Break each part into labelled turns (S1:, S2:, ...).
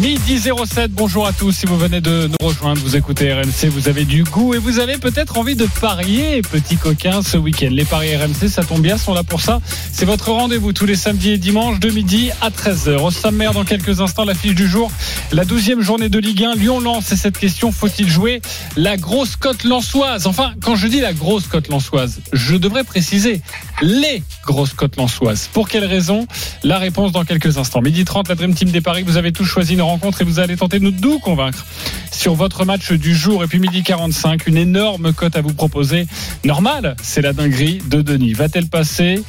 S1: Midi 07, bonjour à tous. Si vous venez de nous rejoindre, vous écoutez RMC, vous avez du goût et vous avez peut-être envie de parier, petit coquin, ce week-end. Les paris RMC, ça tombe bien, sont là pour ça. C'est votre rendez-vous tous les samedis et dimanches de midi à 13h. Au sommaire, dans quelques instants, l'affiche du jour. La 12e journée de Ligue 1, Lyon lance et cette question, faut-il jouer la grosse cote lançoise Enfin, quand je dis la grosse cote lançoise, je devrais préciser les grosses cotes lançoises. Pour quelles raisons La réponse dans quelques instants. Midi 30, la Dream Team des Paris, vous avez tous choisi une rencontre et vous allez tenter de nous nous convaincre sur votre match du jour. Et puis midi 45, une énorme cote à vous proposer. Normal, c'est la dinguerie de Denis. Va-t-elle passer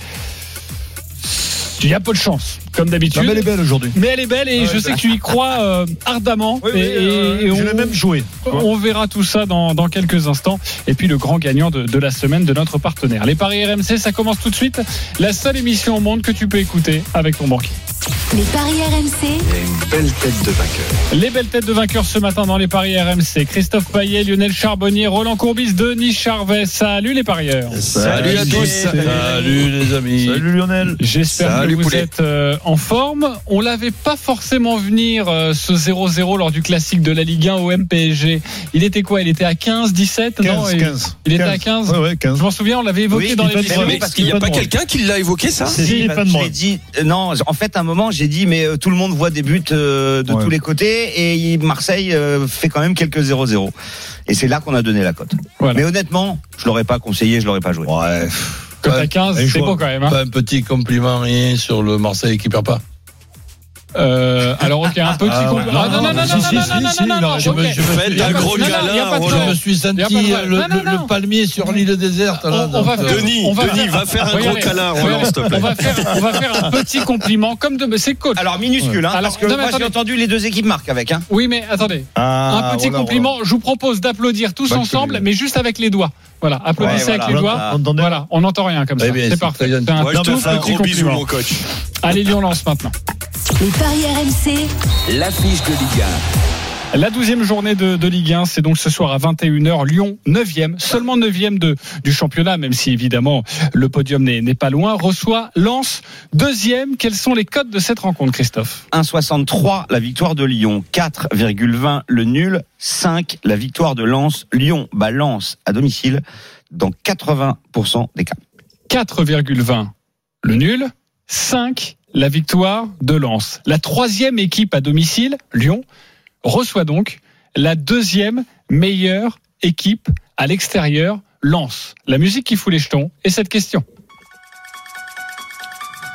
S1: Il y a peu de chance, comme d'habitude.
S2: Non, mais elle est belle aujourd'hui.
S1: Mais elle est belle et je sais que tu y crois euh, ardemment.
S2: Oui,
S1: et,
S2: oui, euh,
S1: et- et
S2: je l'ai même joué.
S1: on verra tout ça dans, dans quelques instants. Et puis le grand gagnant de, de la semaine de notre partenaire. Les paris RMC, ça commence tout de suite. La seule émission au monde que tu peux écouter avec ton banquier.
S3: Les paris RMC,
S1: Les belles têtes de vainqueurs ce matin dans les paris RMC. Christophe Payet, Lionel Charbonnier, Roland Courbis, Denis Charvet. Salut les parieurs.
S2: Salut à tous.
S4: Salut les amis.
S2: Salut Lionel.
S1: J'espère que
S4: Salut,
S1: vous
S4: poulet.
S1: êtes euh, en forme. On l'avait pas forcément venir euh, ce 0-0 lors du classique de la Ligue 1 au MPSG. Il était quoi Il était à 15, 17 non
S2: 15,
S1: Et-
S2: 15.
S1: il était à 15.
S2: Ouais, ouais, 15.
S1: Je m'en souviens, on l'avait évoqué
S5: Oui,
S1: dans
S2: il peut être
S1: l'émission.
S2: vraiment
S4: Mais
S2: parce
S4: il
S2: qu'il
S4: n'y a
S2: est pas
S4: pas
S2: de moi.
S4: quelqu'un qui l'a évoqué ça
S2: C'est
S5: Si,
S2: Philippe
S5: parce que
S2: Edmond.
S5: je l'ai dit, euh, non, en fait, à un moment, j'ai dit, mais euh, tout le monde voit des buts euh, de
S2: Ouais.
S5: tous les côtés et il- Marseille euh, fait quand même quelques 0-0. Et c'est là qu'on a donné la cote.
S1: Voilà.
S5: Mais honnêtement, je l'aurais pas conseillé, je l'aurais pas joué.
S4: Ouais.
S1: Quand
S4: Pas,
S1: t'as 15,
S2: Et je
S1: c'est
S2: vois-
S1: beau quand même. hein.
S4: pas un petit compliment rien sur le Marseille qui perd pas.
S1: Euh, alors, ok, un petit
S2: Ah,
S1: coup.
S2: ouais.
S1: Ah, non, non, non, non,
S2: Si, si, si,
S1: non, non,
S2: si,
S1: non, non,
S2: il
S1: non,
S2: aurait- je me-
S1: ok.
S2: je
S4: Faites
S1: Y a
S4: un
S1: pas de-
S4: gros
S1: non, non, y a
S4: câlin.
S1: pas de
S4: Roland.
S1: problème.
S4: Je me suis
S1: Y a
S4: senti
S1: pas de
S4: euh,
S1: problème.
S4: le,
S1: Non, non,
S4: le-
S1: non.
S4: le palmier sur l'île déserte. là,
S1: On, on va
S4: donc,
S1: faire,
S4: euh, Denis,
S1: on va
S4: Denis,
S1: faire,
S4: va faire un
S1: regardez,
S4: gros câlin,
S1: regardez,
S4: Roland, s'il te plaît.
S1: On va faire, on va faire un petit compliment comme de ses coachs.
S5: Alors minuscule, hein,
S1: Alors,
S5: parce que
S1: non, mais
S5: moi j'ai
S1: attendez.
S5: entendu les deux équipes marquent avec. Hein.
S1: Oui, mais attendez,
S2: Ah,
S1: un petit
S2: voilà,
S1: compliment. Je vous propose d'applaudir tous
S4: Bah,
S1: ensemble,
S4: absolument.
S1: mais juste avec les doigts. Voilà, applaudissez
S5: Ouais,
S1: avec
S5: voilà.
S1: les doigts.
S2: voilà. On entendait-
S1: Voilà, on n'entend rien comme ça.
S4: Eh bien,
S1: c'est
S4: c'est
S1: parfait.
S4: très bien.
S1: C'est un
S4: Moi,
S2: je te
S1: tout
S2: fais un
S1: petit
S2: gros
S1: compliment.
S4: coach.
S1: Allez, Lyon lance maintenant.
S3: les paris RMC,
S6: L'affiche de Ligue
S1: La douzième journée de, de Ligue 1, c'est donc ce soir à 21h, Lyon 9e, seulement 9e de, du championnat, même si évidemment le podium n'est n'est pas loin, reçoit Lens deuxième. Quels sont les codes de cette rencontre, Christophe
S5: 1,63 la victoire de Lyon, 4,20 le nul, 5 la victoire de Lens. Lyon bat Lens à domicile dans 80% des cas.
S1: 4,20 le nul, 5 la victoire de Lens. La troisième équipe à domicile, Lyon, reçoit donc la deuxième meilleure équipe à l'extérieur, Lens. La musique qui fout les jetons et cette question.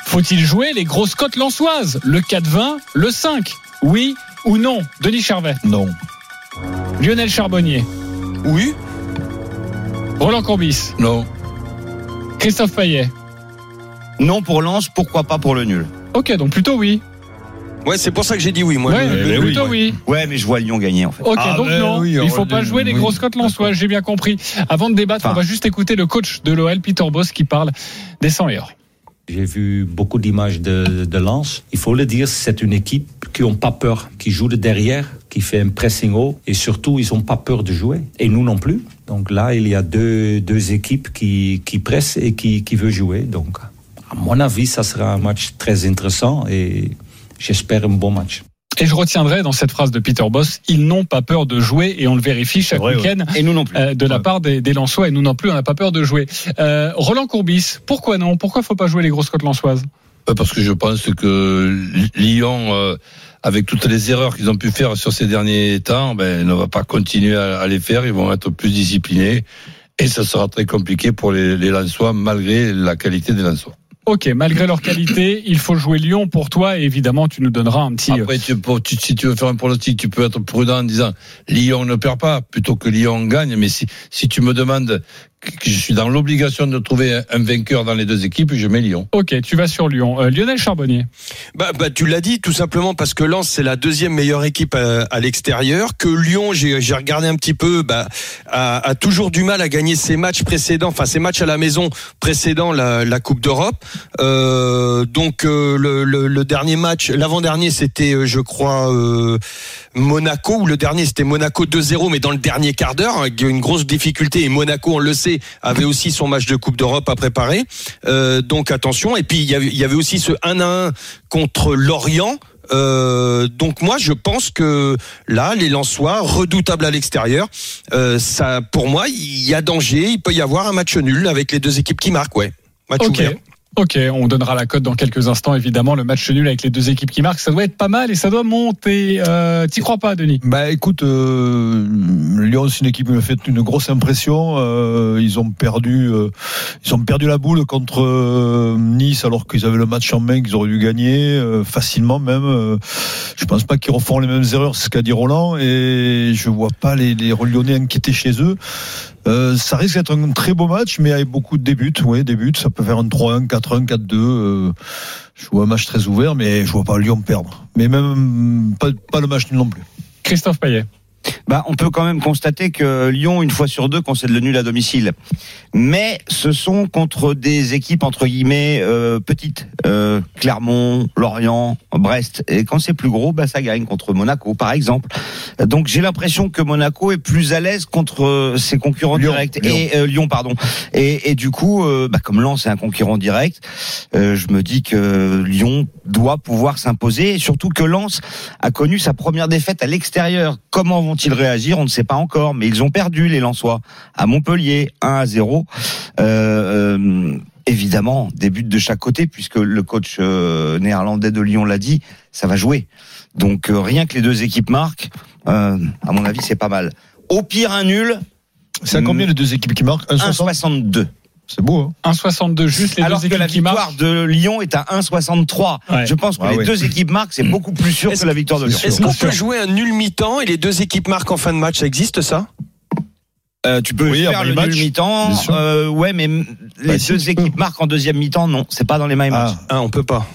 S1: Faut-il jouer les grosses cotes lensoises Le 4-20, le 5 Oui ou non Denis Charvet,
S2: Non.
S1: Lionel Charbonnier,
S4: Oui
S1: Roland Courbis,
S4: Non.
S1: Christophe Payet.
S5: Non pour Lens, pourquoi pas pour le nul
S1: Ok, donc plutôt oui.
S4: Ouais, c'est pour ça que j'ai dit oui, moi.
S1: Ouais,
S4: Le- le-
S1: plutôt
S4: ouais.
S1: oui.
S5: Ouais, mais je vois Lyon gagner en fait.
S1: Ok,
S2: Ah,
S1: donc
S2: ben
S1: non,
S2: oui,
S1: il
S2: on
S1: faut
S2: va
S1: pas
S2: dire-
S1: jouer les
S2: oui,
S1: grosses cotes lensois, j'ai bien compris. Avant de débattre,
S5: Enfin.
S1: on va juste écouter le coach de l'OL, Peter Boss, qui parle des 100 et or.
S7: J'ai vu beaucoup d'images de, de Lens. Il faut le dire, c'est une équipe qui n'ont pas peur, qui joue de derrière, qui fait un pressing haut. Et surtout, ils n'ont pas peur de jouer. Et nous non plus. Donc là, il y a deux, deux équipes qui, qui pressent et qui, qui veulent jouer. Donc, à mon avis, ça sera un match très intéressant et j'espère un bon match.
S1: Et je retiendrai dans cette phrase de Peter Boss, ils n'ont pas peur de jouer et on le vérifie chaque
S2: vrai, ouais.
S1: week-end
S5: Et nous non plus.
S1: euh, de la part des, des Lensois et nous non plus, on n'a pas peur de jouer. Euh, Roland Courbis, pourquoi non Pourquoi faut pas jouer les grosses cotes lensoises
S4: Euh, Parce que je pense que Lyon, euh, avec toutes les erreurs qu'ils ont pu faire sur ces derniers temps, ben, ne va pas continuer à, à les faire. Ils vont être plus disciplinés. Et ça sera très compliqué pour les, les Lensois, malgré la qualité des Lensois.
S1: Ok, malgré leur qualité, il faut jouer Lyon pour toi et évidemment tu nous donneras un petit...
S4: Après, tu, pour- tu- si tu veux faire un pronostic, tu peux être prudent en disant Lyon ne perd pas plutôt que Lyon gagne. Mais si, si tu me demandes que je suis dans l'obligation de trouver un- un vainqueur dans les deux équipes, je mets Lyon.
S1: euh, Ok, tu vas sur Lyon. Euh, Lionel Charbonnier.
S2: Bah, bah, tu l'as dit, tout simplement parce que Lens c'est la deuxième meilleure équipe euh, à, à l'extérieur. Que Lyon, j'ai j'ai regardé un petit peu, bah, a, a toujours du mal à gagner ses matchs précédents, enfin ses matchs à la maison précédant la, la Coupe d'Europe. Euh, donc euh, le, le- le dernier match, l'avant-dernier, c'était, euh, je crois, euh, Monaco ou le dernier, c'était Monaco 2-0, mais dans le dernier quart d'heure, hein, il y a eu une grosse difficulté. Et Monaco, on le sait, avait aussi son match de Coupe d'Europe à préparer. Euh, donc attention. Et puis il y avait, il y avait aussi ce 1-1 contre Lorient. Euh, donc moi je pense que là les Lensois redoutables à l'extérieur, euh, ça pour moi il y a danger, il peut y avoir un match nul avec les deux équipes qui marquent, ouais. Match
S1: Ok.
S2: ouvert.
S1: Ok, on donnera la cote dans quelques instants, évidemment. Le match nul avec les deux équipes qui marquent, ça doit être pas mal et ça doit monter. Euh, T'y crois pas, Denis
S8: Bah écoute, euh, Lyon c'est une équipe qui m'a fait une grosse impression. Euh, ils ont perdu, euh, ils ont perdu la boule contre euh, Nice alors qu'ils avaient le match en main, qu'ils auraient dû gagner euh, facilement même. Euh, je pense pas qu'ils refont les mêmes erreurs, c'est ce qu'a dit Roland, et je vois pas les, les Lyonnais inquiétés chez eux. Euh, ça risque d'être un très beau match, mais avec beaucoup de débuts. Oui, des buts, ça peut faire un 3-1, 4-1, 4-2. euh, je vois un match très ouvert, mais je vois pas Lyon perdre. Mais même pas, pas le match nul non plus.
S1: Christophe Payet.
S5: Bah, on peut quand même constater que Lyon, une fois sur deux, concède le nul à domicile. Mais ce sont contre des équipes entre guillemets euh, petites, Euh, Clermont, Lorient, Brest. Et quand c'est plus gros, bah, ça gagne contre Monaco, par exemple. Donc j'ai l'impression que Monaco est plus à l'aise contre euh, ses concurrents
S8: Lyon,
S5: directs
S8: Lyon.
S5: et euh, Lyon, pardon. Et, et du coup, euh, bah, comme Lens est un concurrent direct, euh, je me dis que Lyon doit pouvoir s'imposer. Et surtout que Lens a connu sa première défaite à l'extérieur. Comment vont-ils réagir On ne sait pas encore, mais ils ont perdu les Lensois à Montpellier 1 à 0. Euh, euh, évidemment, des buts de chaque côté, puisque le coach euh, néerlandais de Lyon l'a dit, ça va jouer. Donc euh, rien que les deux équipes marquent, euh, à mon avis, c'est pas mal. Au pire, un nul,
S8: C'est à
S5: Hmm.
S8: combien les deux équipes qui marquent 1,60
S5: 1,62.
S8: C'est beau, hein
S1: 1,62, juste les
S5: Alors
S1: deux
S5: que
S1: équipes
S5: la
S1: qui marquent.
S5: victoire de Lyon est à 1,63.
S1: Ouais.
S5: Je pense que
S8: Ah
S5: les
S8: ouais.
S5: deux équipes marquent, c'est beaucoup plus sûr
S2: Est-ce-
S5: que la victoire de Lyon.
S2: Est-ce qu'on
S1: Bien sûr.
S2: peut jouer un nul mi-temps et les deux équipes marquent en fin de match Ça existe ça
S5: Euh, tu peux
S8: Oui,
S5: faire
S8: avant
S5: le
S8: les
S5: nul
S8: matchs,
S5: mi-temps.
S8: bien sûr.
S5: euh, ouais, mais m- les
S8: Bah, si,
S5: deux
S8: tu peux.
S5: équipes marquent en deuxième mi-temps. Non, c'est pas dans les mêmes matchs.
S8: Ah,
S2: Ah, on peut pas.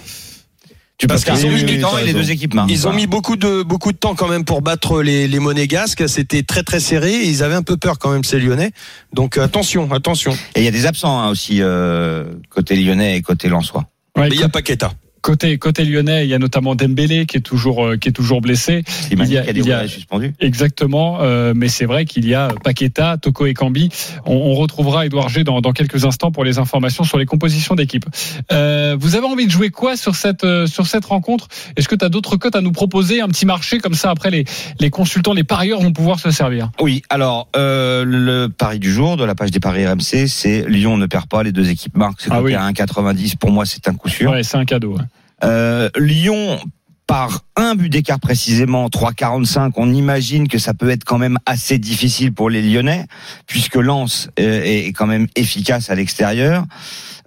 S5: Tu peux
S2: parce
S5: faire
S2: qu'ils
S5: le
S2: ont
S5: nul
S2: mis-
S5: mi-temps
S8: t'as
S5: et les
S8: raison.
S5: deux
S1: Ah,
S5: équipes marquent.
S2: Ils ont mis beaucoup de beaucoup de temps quand même pour battre les, les monégasques. C'était très très serré. Et ils avaient un peu peur quand même ces Lyonnais. Donc euh, attention, attention.
S5: Et il y a des absents hein, aussi euh, côté lyonnais et côté lensois.
S1: Ouais,
S2: Mais il y a Paqueta.
S1: côté, côté lyonnais, il y a notamment Dembélé qui est toujours, euh, qui est toujours blessé.
S5: Il y a,
S1: il y a-
S5: suspendu.
S1: Exactement, euh, mais c'est vrai qu'il y a Paqueta, Toko et Cambi. On, on retrouvera Edouard G dans, dans quelques instants pour les informations sur les compositions d'équipe. Euh, vous avez envie de jouer quoi sur cette euh, sur cette rencontre Est-ce que tu as d'autres cotes à nous proposer Un petit marché comme ça après les les consultants, les parieurs vont pouvoir se servir.
S5: Oui, alors euh, le pari du jour de la page des paris RMC, c'est Lyon ne perd pas, les deux équipes marquent. C'est
S1: Ah
S5: donc
S1: oui.
S5: à 1,90. Pour moi, c'est un coup sûr.
S1: Ouais, c'est un cadeau. ouais.
S5: Euh, Lyon par un but d'écart précisément, 3,45, on imagine que ça peut être quand même assez difficile pour les Lyonnais, puisque Lens euh, est est quand même efficace à l'extérieur.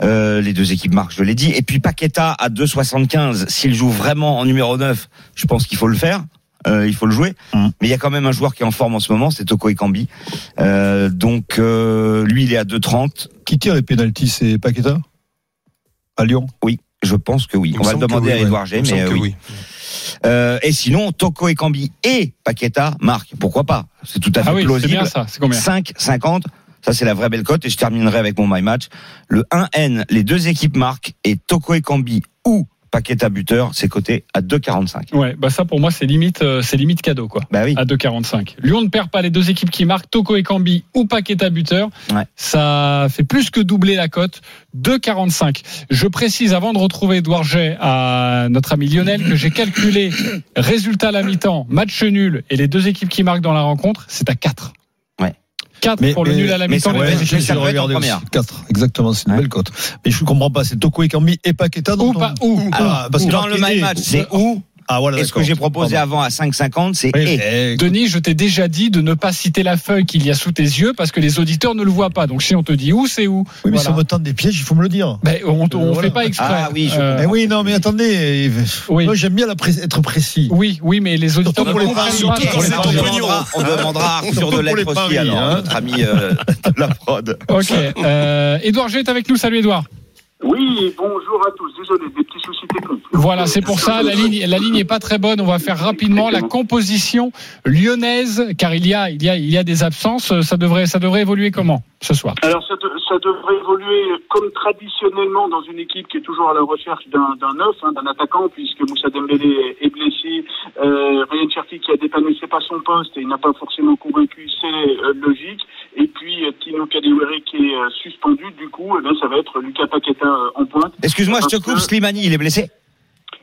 S5: Euh, les deux équipes marquent, je l'ai dit. Et puis Paqueta à 2,75, s'il joue vraiment en numéro 9, je pense qu'il faut le faire. Euh, il faut le jouer,
S2: Mmh.
S5: mais il y a quand même un joueur qui est en forme en ce moment, c'est Toko Ekambi. Euh, donc euh, lui, il est à 2,30.
S8: qui tire les pénalties C'est Paqueta À Lyon
S5: Je pense que oui. on
S2: Il me
S5: va le
S2: semble que
S5: demander
S2: oui,
S5: à
S2: ouais.
S5: Edouard
S2: Il
S5: G,
S2: me
S5: mais
S2: semble
S5: euh,
S2: que
S5: oui.
S2: oui.
S5: Euh, et sinon, Toko et Cambi et Paqueta marquent. Pourquoi pas C'est tout à fait
S1: Ah oui, c'est bien
S5: plausible.
S1: ça. C'est combien
S5: 5,50. Ça, c'est la vraie belle cote. Et je terminerai avec mon My Match. Le 1N, les deux équipes marquent. Et Toko et Cambi ou Paqueta buteur, c'est coté à 2,45.
S1: Ouais, bah ça pour moi c'est limite euh, c'est limite cadeau quoi.
S5: Bah oui.
S1: à 2,45. Lyon ne perd pas les deux équipes qui marquent, Toko et Cambi ou Paqueta buteur.
S5: Ouais.
S1: Ça fait plus que doubler la cote, 2,45. Je précise avant de retrouver Edouard Jay à notre ami Lionel que j'ai calculé résultat à la mi-temps, match nul et les deux équipes qui marquent dans la rencontre, c'est à 4.
S5: Ouais.
S1: 4
S8: Mais-
S1: pour le
S8: mais-
S1: nul à la
S5: mais
S1: mi-temps.
S5: ça
S1: les
S5: va
S1: deux
S5: être-
S1: équipes
S5: mais ça
S1: qui
S5: va
S1: marquent.
S5: être- en première.
S8: 4, exactement, c'est une
S5: Ouais.
S8: belle cote. Mais je ne comprends pas, c'est Toko Ekambi et Paqueta
S1: Ou
S8: ton-
S1: pas, ou.
S8: Ah, parce que
S5: dans le
S8: marqué
S5: My
S8: et-
S5: Match, c'est ou
S8: Ah, voilà,
S5: Et ce que
S8: d'accord.
S5: j'ai proposé
S8: Pardon.
S5: avant à 5,50, c'est
S8: Oui,
S5: et.
S8: mais-
S1: Denis, je t'ai déjà dit de ne pas citer la feuille qu'il y a sous tes yeux parce que les auditeurs ne le voient pas. Donc si on te dit où, c'est où.
S8: oui, mais
S1: Voilà.
S8: ça me tente des pièges, il faut me le dire.
S1: Ben, on ne
S8: Euh, voilà.
S1: fait pas exprès. Euh,
S5: Ah oui, je-
S8: Eh oui, non, mais attendez. eh,
S1: Oui.
S8: Moi, j'aime bien la pré- être précis.
S1: oui, oui, mais les auditeurs
S8: Surtout pour
S1: ne
S8: les
S1: comprennent
S8: paris,
S1: pas.
S8: surtout
S5: On
S8: pour les
S1: Voilà.
S8: paris.
S5: demandera, on demandera à Arthur
S8: Surtout
S5: de
S8: pour les
S5: l'être aussi,
S8: paris,
S5: alors,
S8: hein.
S5: notre ami euh, de la prod.
S1: Ok. Euh, Edouard G est avec nous. Salut Edouard.
S9: Oui, bonjour à tous. Désolé, des petits soucis techniques.
S1: Voilà, c'est pour ça la ligne la ligne est pas très bonne. On va faire rapidement la composition lyonnaise car il y a il y a il y a des absences. Ça devrait ça devrait évoluer comment ce soir
S9: Alors, ça, de- ça devrait évoluer comme traditionnellement dans une équipe qui est toujours à la recherche d'un d'un neuf, hein, d'un attaquant, puisque Moussa Dembélé est blessé. Euh, Ryan Cherki qui a dépanné, c'est pas son poste et il n'a pas forcément convaincu, c'est euh, logique. Et puis euh, Tino Kadewere qui est euh, suspendu, du coup, eh ben, ça va être Lucas Paqueta euh, en pointe.
S5: Excuse-moi, je te coupe, Slimani, il est blessé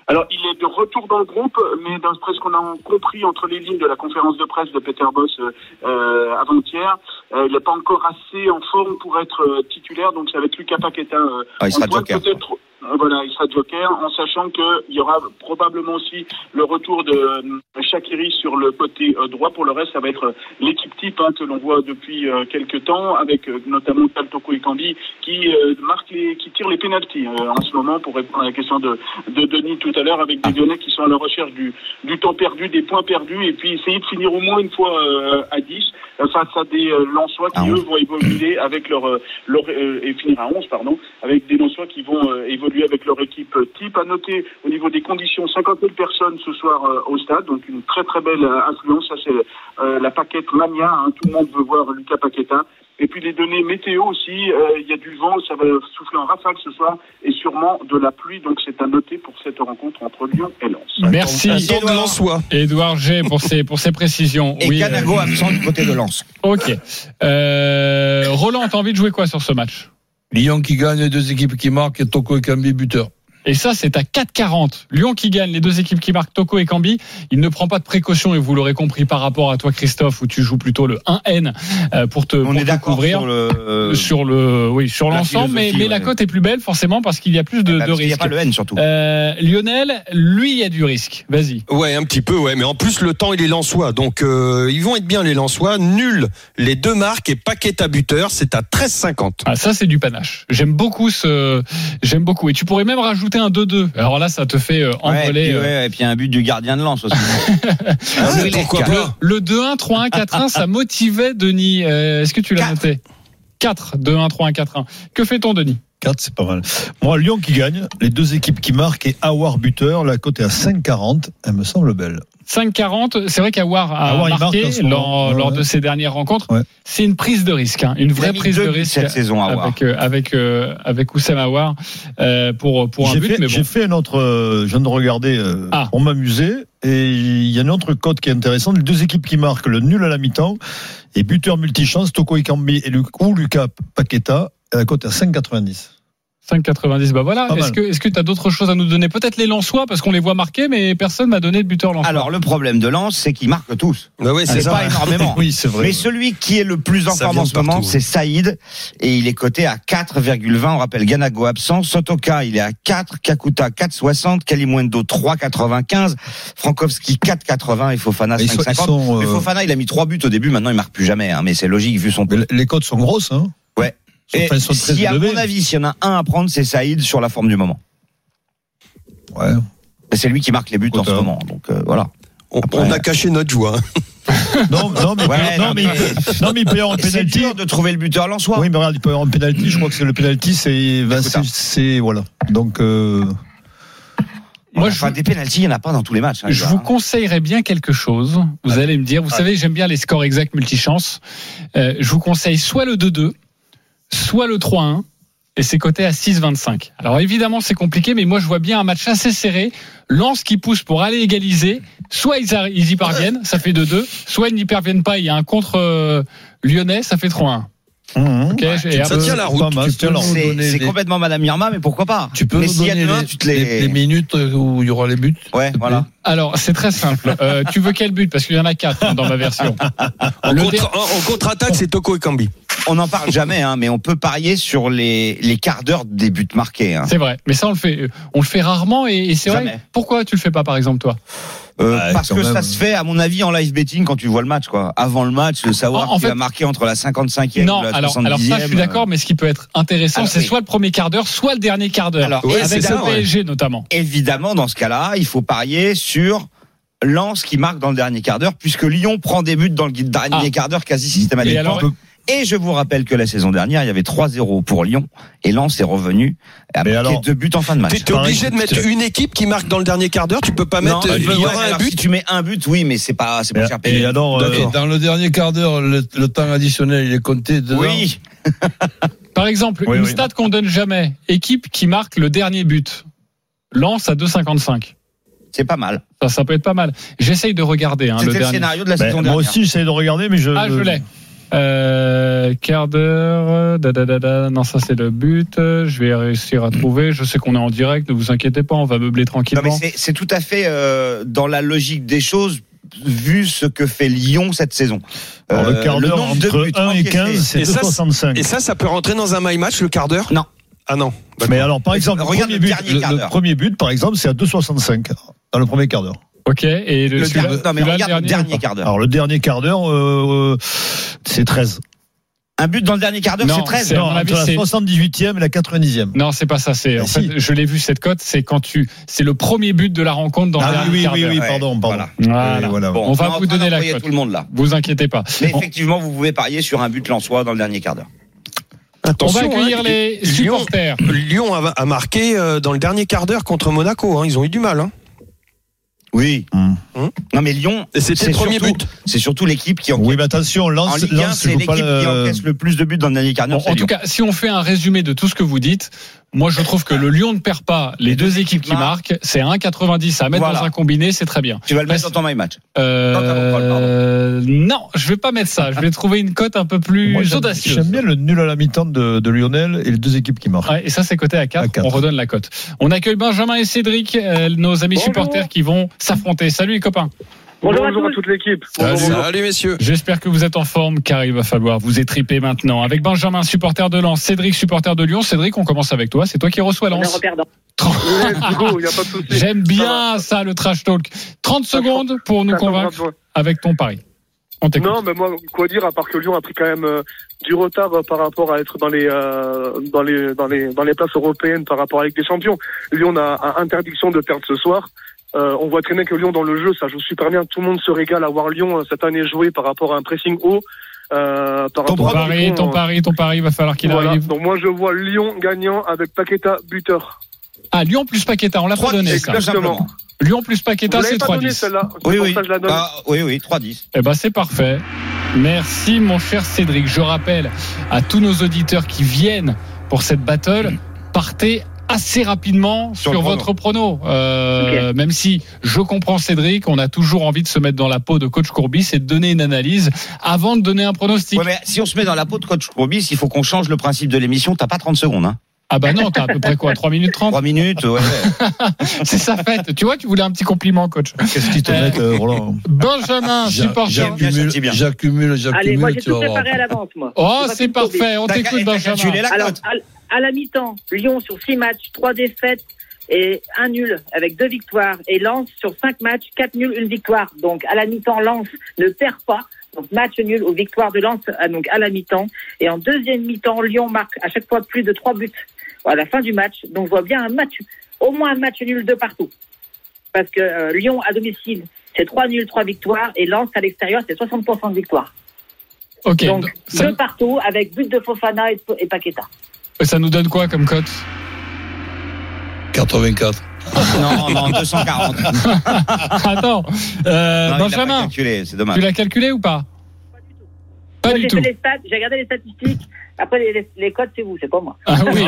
S9: Alors, il est de retour dans le groupe, mais d'après ce qu'on a compris entre les lignes de la conférence de presse de Peter Boss euh, euh, avant-hier, euh, il n'est pas encore assez en forme pour être euh, titulaire, donc ça va être Lucas Paqueta. euh,
S5: Ah, il sera
S9: en pointe,
S5: joker.
S9: peut-être, euh, voilà, il sera joker, en sachant qu'il y aura probablement aussi le retour de euh, Shakiri sur le côté euh, droit. Pour le reste, ça va être euh, l'équipe type hein, que l'on voit depuis euh, quelques temps, avec euh, notamment Taltoko et Cambi qui euh, marque les, qui tire les pénalties euh, en ce moment pour répondre à la question de, de Denis tout à l'heure avec des Lyonnais qui sont à la recherche du, du temps perdu, des points perdus et puis essayer de finir au moins une fois euh, à 10 euh, face à des euh, Lensois qui
S5: À
S9: eux vont évoluer avec leur, euh, leur euh, et finir à 11 pardon avec des Lensois qui vont euh, évoluer avec leur équipe type à noter au niveau des conditions 50 000 personnes ce soir euh, au stade donc une très très belle euh, influence ça c'est euh, la paquette mania hein. tout le monde veut voir Lucas Paqueta et puis les données météo aussi, euh, il y a du vent, ça va souffler en rafale ce soir, et sûrement de la pluie, donc c'est à noter pour cette rencontre entre Lyon et Lens.
S1: Merci
S2: Tant de Lensois.
S1: Edouard G pour ces pour ces précisions.
S5: Et
S1: Oui,
S5: Canago absent du côté de Lens.
S1: euh, ok. Euh, Roland, t'as envie de jouer quoi sur ce match
S4: Lyon qui gagne, les deux équipes qui marquent et Toko et Kambi buteur.
S1: Et ça, c'est à 4,40. Lyon qui gagne, les deux équipes qui marquent, Toko et Cambi. Il ne prend pas de précaution, et vous l'aurez compris par rapport à toi, Christophe, où tu joues plutôt le 1N euh, pour te,
S5: On
S1: pour
S5: est
S1: te
S5: d'accord
S1: couvrir.
S5: sur le. euh,
S1: Sur le, oui, sur
S5: la
S1: l'ensemble, mais,
S5: philosophie,
S1: mais la
S5: ouais.
S1: cote est plus belle, forcément, parce qu'il y a plus de,
S5: bah,
S1: de
S5: parce qu'il n'y a
S1: risques.
S5: pas le N surtout.
S1: Euh, Lionel, lui, il y a du risque. Vas-y.
S2: Ouais, un petit peu, ouais. Mais en plus, le temps, il est Lensois. Donc, euh, ils vont être bien, les Lensois. Nul. Les deux marques et Paqueta buteur, c'est à 13,50.
S1: Ah, ça, c'est du panache. J'aime beaucoup ce, j'aime beaucoup. Et tu pourrais même rajouter un 2-2. Alors là, ça te fait euh,
S5: Ouais, et,
S1: envoler.
S5: puis,
S1: euh,
S5: ouais, et puis un but du gardien de Lens aussi.
S2: Ah,
S5: oui,
S2: mais pourquoi
S5: Lesca.
S2: pas
S1: Le 2-1, 3-1, 4-1, ça motivait Denis. Euh, Est-ce que tu l'as
S5: Quatre.
S1: noté 4, 2-1, 3-1, 4-1. Que fait-on, Denis
S8: 4, c'est pas mal. Moi, Lyon qui gagne, les deux équipes qui marquent et Awar buteur, la cote est à 5,40, elle me semble belle.
S1: 5-40, c'est vrai qu'Awar a
S8: Aouar, il marque
S1: marqué
S8: en ce
S1: lors,
S8: moment. Ouais,
S1: lors
S8: ouais.
S1: de ses dernières rencontres.
S8: Ouais.
S1: C'est une prise de risque, hein,
S5: Il
S1: une
S5: a
S1: vraie
S5: mis
S1: prise
S5: deux
S1: de
S5: buts
S1: risque
S5: cette saison à Awar.
S1: avec euh, avec euh, avec Oussem Aouar euh, pour pour un
S8: J'ai
S1: but.
S8: fait,
S1: mais
S8: j'ai
S1: bon,
S8: fait un autre, euh, je viens de regarder euh,
S1: Ah.
S8: pour m'amuser, et il y a une autre cote qui est intéressante, les deux équipes qui marquent, le nul à la mi-temps, et buteur multichance, Toko Ikambi et le coup, Lucas Paqueta, et la cote est à 5,90.
S1: 5,90. Bah voilà.
S8: Pas
S1: Est-ce
S8: mal.
S1: que est-ce que tu as d'autres choses à nous donner Peut-être les Lensois parce qu'on les voit marquer, mais personne m'a donné de buteur Lensois.
S5: Alors le problème de Lens, c'est qu'ils marquent tous.
S2: Bah ouais, c'est
S5: C'est
S2: ça.
S5: pas énormément.
S8: Oui, c'est vrai.
S5: Mais celui qui est le plus en
S2: Ça
S5: forme
S2: vient
S5: en
S2: de
S5: ce moment,
S2: partout.
S5: c'est Saïd. Et il est coté à 4,20. On rappelle Ganago absent. Sotoka, il est à 4. Kakuta, 4,60. Kalimwendo, 3,95. Frankowski, 4,80. Et Fofana,
S8: Mais ils sont- ils
S5: 5,50.
S8: sont, euh,
S5: Mais Fofana, il a mis 3 buts au début. Maintenant, il marque plus jamais. hein. Mais c'est logique vu son
S8: mais les cotes sont grosses, hein
S5: Ouais.
S8: Elles
S5: Et
S8: sont- elles sont très
S5: si, à
S8: élevées.
S5: mon avis, s'il y en a un à prendre, c'est Saïd sur la forme du moment.
S8: Ouais.
S5: Et C'est lui qui marque les buts en ce
S8: Autant.
S5: moment. Donc euh, voilà.
S2: On,
S5: Après,
S2: on
S5: euh,
S2: a caché notre joie.
S8: Non, non, mais,
S5: Ouais,
S8: non,
S5: non,
S8: mais,
S5: mais-
S8: non, mais il peut y avoir un
S5: Et C'est
S8: pénalty.
S5: dur de trouver le buteur lensois.
S8: Oui, mais regarde, il peut y avoir un pénalty. Je crois que c'est le pénalty, c'est ben, c'est- c'est voilà. Donc euh,
S5: Moi,
S1: Moi,
S8: Ah,
S1: je-
S5: des pénaltys, il n'y en a pas dans tous les matchs. hein, les
S1: Je
S5: gars,
S1: vous
S5: hein.
S1: conseillerais bien quelque chose. Vous allez me dire, vous savez, j'aime bien les scores exacts multichance. Euh, je vous conseille soit le 2-2, soit le 3-1. Et c'est coté à 6,25. Alors évidemment, c'est compliqué, mais moi, je vois bien un match assez serré. Lance qui pousse pour aller égaliser. Soit ils, arri- ils y parviennent, ça fait 2-2. Soit ils n'y parviennent pas, il y a un contre euh, lyonnais, ça fait 3-1.
S8: Mmh.
S1: Ok, je- et
S2: Ça
S1: après-
S2: tient la route.
S8: Pas mal,
S2: tu
S8: ça tient
S2: peux
S8: la
S2: nous
S8: route.
S5: C'est
S2: donner
S5: c'est
S2: des-
S5: complètement Madame Irma, mais pourquoi pas
S4: Tu peux
S5: Mais
S4: nous
S5: s'il y a
S4: donner
S5: demain,
S4: les,
S5: tu te les...
S4: les- les minutes
S8: euh,
S4: où il y aura les buts
S5: Ouais, voilà.
S1: Alors, c'est très simple. Euh, tu veux quel but Parce qu'il y en a quatre hein, dans ma version.
S2: En
S1: Le
S2: contre-
S1: dé-
S2: en- en contre-attaque, c'est Toko et Kambi.
S5: On n'en parle jamais, hein, mais on peut parier sur les, les quarts d'heure des buts marqués. Hein.
S1: C'est vrai. Mais ça, on le fait, euh, on le fait rarement. Et, et c'est vrai.
S5: Jamais.
S1: Pourquoi tu le fais pas, par exemple, toi
S5: Euh,
S4: Ouais,
S5: parce
S4: quand
S5: que
S4: même.
S5: ça se fait, à mon avis, en live betting quand tu vois le match, quoi. Avant le match, de savoir
S1: En- en
S5: qui
S1: fait-
S5: va marquer entre la 55e
S1: Non.
S5: et la 70e.
S1: Alors, alors ça, je suis d'accord. Mais ce qui peut être intéressant,
S5: Alors,
S1: c'est
S5: oui.
S1: soit le premier quart d'heure, soit le dernier quart d'heure.
S5: Alors,
S2: Ouais,
S1: Et
S2: c'est
S1: Avec
S2: ça,
S1: le
S2: ouais.
S1: PSG notamment.
S5: Évidemment, dans ce cas-là, il faut parier sur Lens qui marque dans le dernier quart d'heure, puisque Lyon prend des buts dans le dernier
S1: Ah.
S5: quart d'heure quasi systématiquement.
S1: Et
S5: Et,
S1: alors-
S5: je vous rappelle que la saison dernière, il y avait 3-0 pour Lyon, et Lens est revenu à
S8: Mais
S5: marquer
S8: alors-
S5: deux buts en fin de match.
S2: Bah, T'es t'es obligé de mettre une équipe qui marque dans le dernier quart d'heure. Tu peux pas
S5: Non,
S8: euh,
S2: mettre.
S5: tu
S2: Il
S5: peux-
S2: y
S5: ouais,
S2: aura un
S5: alors, Si
S2: but.
S5: tu mets un but, oui, mais c'est pas, c'est pas cher
S8: Et
S5: payé.
S8: alors, euh,
S4: Et dans le dernier quart d'heure, le, le temps additionnel, il est compté dedans.
S5: Oui,
S1: Par exemple,
S8: Oui,
S1: une
S8: oui.
S1: stat qu'on donne jamais. Équipe qui marque le dernier but. Lance à 2,55.
S5: c'est pas mal.
S1: Ça, ça peut être pas mal. J'essaye de regarder hein, le
S5: C'était le,
S1: dernier.
S5: scénario de la
S8: ben,
S5: saison
S8: moi
S5: dernière.
S8: aussi, j'essaie de regarder, mais je.
S1: Ah, je l'ai. Euh, quart d'heure, euh, da, da, da, da. non ça c'est le but, Euh, je vais réussir à trouver, je sais qu'on est en direct, ne vous inquiétez pas, on va meubler
S5: Non, mais
S1: tranquillement.
S5: c'est- c'est tout à fait euh, dans la logique des choses vu ce que fait Lyon cette saison.
S8: Alors,
S5: Euh,
S8: le quart d'heure
S5: nombre de
S8: entre
S5: buts
S8: 1 et
S5: encaissés.
S8: 15, c'est
S2: Et ça,
S8: 65.
S2: Et ça, ça peut rentrer dans un my match le quart d'heure
S5: Non.
S2: Ah non. D'accord.
S8: Mais alors, par exemple, le
S5: Regarde
S8: premier
S5: le
S8: but,
S5: dernier
S8: le,
S5: quart
S8: le
S5: d'heure.
S8: premier but, par exemple, c'est à 2,65 dans le premier quart d'heure.
S1: Ok, et le,
S5: Le
S1: celui-là-
S5: dernier- non, mais
S1: celui-là,
S5: regarde le
S1: ou
S5: dernier
S1: pas
S5: quart d'heure.
S8: Alors, le dernier quart d'heure, euh, euh, c'est 13.
S5: Un but dans le dernier quart d'heure,
S1: Non,
S5: c'est 13.
S1: C'est, à
S8: Non,
S1: mon avis,
S8: entre la
S1: c'est-
S8: 78e et la 90e.
S1: Non, c'est pas ça, c'est,
S8: Mais
S1: en
S8: si.
S1: fait, je l'ai vu cette cote, c'est quand tu, c'est le premier but de la rencontre dans le
S8: Ah
S1: dernier
S8: oui,
S1: quart
S8: oui,
S1: d'heure.
S8: oui,
S5: Ouais,
S8: pardon, pardon.
S5: voilà.
S8: Et
S1: Voilà.
S8: voilà.
S1: on va
S5: est en
S1: vous
S5: train
S1: donner la
S5: d'envoyer
S1: cote.
S5: tout le monde là.
S1: Vous inquiétez pas.
S5: Mais
S1: On-
S5: effectivement, vous pouvez parier sur un but lensois dans le dernier quart d'heure.
S1: On va
S2: Attention,
S1: accueillir
S2: hein,
S1: les
S2: Lyon-
S1: supporters.
S2: Lyon a, a marqué euh, dans le dernier quart d'heure contre Monaco. hein. Ils ont eu du mal. hein.
S5: Oui.
S8: Hum.
S5: Mmh.
S1: Mmh.
S5: Non mais Lyon,
S2: Et c'était
S5: c'est
S2: le premier
S5: surtout-
S2: but.
S5: C'est surtout l'équipe qui encaisse.
S8: Oui, mais attention,
S5: en
S8: Lens,
S5: Ligue 1,
S8: Lens
S5: c'est
S8: joue
S5: l'équipe
S8: pas
S5: qui
S8: le.
S5: encaisse le plus de buts dans le dernier quart d'heure.
S1: Bon,
S5: c'est
S1: en
S5: Lyon.
S1: tout cas, si on fait un résumé de tout ce que vous dites, moi je trouve que le Lyon ne perd pas les deux équipes qui marquent. C'est à 1,90 à mettre
S5: Voilà.
S1: dans un combiné, c'est très bien.
S5: tu vas le mettre dans ton my match. Dans ta contrôle,
S1: Euh, non, je vais pas mettre ça. Je vais trouver une cote un peu plus
S8: Moi, j'aime-
S1: audacieuse.
S8: J'aime bien le nul à la mi-temps de, de Lionel et les deux équipes qui marquent.
S1: Ouais, et ça, c'est coté à 4.
S8: À quatre.
S1: On redonne la cote. On accueille Benjamin et Cédric, euh, nos amis supporters qui vont s'affronter. Salut les copains.
S9: Bonjour, à, toute l'équipe.
S2: Salut messieurs.
S9: Euh.
S1: J'espère que vous êtes en forme car il va falloir vous étriper maintenant. Avec Benjamin, supporter de Lens, Cédric, supporter de Lyon. Cédric, on commence avec toi. C'est toi qui reçois Lens.
S9: Ouais, Thibaut, il n'y a pas de souci.
S1: J'aime
S9: Ça
S1: bien ça, le trash talk. 30 secondes pour nous
S9: Ça changera
S1: convaincre
S9: de voix.
S1: avec ton pari. On t'écoute.
S9: Non, mais moi, quoi dire à part que Lyon a pris quand même euh, du retard euh, par rapport à être dans les euh, dans les dans les dans les places européennes par rapport à la Ligue des Champions. Lyon a, a interdiction de perdre ce soir. Euh, on voit très bien que Lyon dans le jeu, ça joue super bien. Tout le monde se régale à voir Lyon euh, cette année jouer par rapport à un pressing haut. Euh, par
S1: Ton
S9: rapport à
S1: pari,
S9: Lyon,
S1: ton
S9: euh,
S1: pari, ton pari, il va falloir qu'il
S9: voilà.
S1: arrive.
S9: Donc moi, je vois Lyon gagnant avec Paqueta buteur.
S1: Ah, Lyon plus Paqueta, on l'a pas donné ça.
S5: Tout simplement.
S1: Lyon plus Paqueta,
S9: Vous l'avez
S1: c'est
S9: pas donné
S1: 3-10.
S9: celle-là. C'est
S5: Oui
S9: pour
S5: oui.
S9: ça que je la donne.
S5: Ah, oui oui, 3-10.
S1: Eh ben, c'est parfait. Merci, mon cher Cédric. Je rappelle à tous nos auditeurs qui viennent pour cette battle, partez assez rapidement sur,
S5: Sur le
S1: votre prono. Euh, Même si je comprends Cédric, on a toujours envie de se mettre dans la peau de coach Courbis et de donner une analyse avant de donner un pronostic.
S5: Ouais, mais si on se met dans la peau de coach Courbis, il faut qu'on change le principe de l'émission. T'as pas 30 secondes, hein.
S1: Ah bah non, t'as à peu près quoi 3 minutes 30
S5: 3 minutes. ouais.
S1: C'est sa fête. Tu vois, tu voulais un petit compliment, coach.
S8: Qu'est-ce qui te
S1: Euh,
S8: met, euh, Roland
S1: Benjamin,
S4: J'a-
S1: supporter.
S5: bien,
S4: J'accumule,
S5: c'est bien.
S4: j'accumule,
S10: Allez, moi
S4: j'accumule,
S10: j'ai
S4: tu
S10: tout
S4: vas voir.
S10: préparé à l'avance, moi.
S1: Oh,
S10: J'ai pas
S1: c'est
S10: pu me sauver.
S1: parfait. On
S5: T'as
S1: t'écoute,
S5: qu'à- t'as qu'à
S1: Benjamin.
S5: calculer la
S10: Alors,
S5: cote.
S10: à, à la mi-temps, Lyon sur 6 matchs, 3 défaites et 1 nul avec 2 victoires. Et Lens sur 5 matchs, 4 nuls, 1 victoire. Donc à la mi-temps, Lens ne perd pas. Donc match nul ou victoire de Lens à- donc à la mi-temps. Et en deuxième mi-temps, Lyon marque à chaque fois plus de 3 buts à la fin du match. Donc je vois bien un match, au moins un match nul de partout. Parce que euh, Lyon à domicile, c'est 3 nuls, 3 victoires. Et Lens à l'extérieur, c'est 60% de victoire.
S1: Ok.
S10: Donc
S1: ça,
S10: deux partout avec but de Fofana et, et Paqueta.
S1: ça nous donne quoi comme cote
S4: 84.
S5: Non, non, 240. Non,
S1: Attends, euh,
S5: il a pas
S1: Benjamin,
S5: calculé, c'est
S1: tu
S5: dommage.
S1: l'as calculé ou pas Pas Pas
S10: Moi,
S1: du
S10: j'ai
S1: tout.
S10: fait les stats, j'ai regardé les statistiques. Après, les, les- les codes, c'est vous, c'est pas moi.
S1: Ah oui,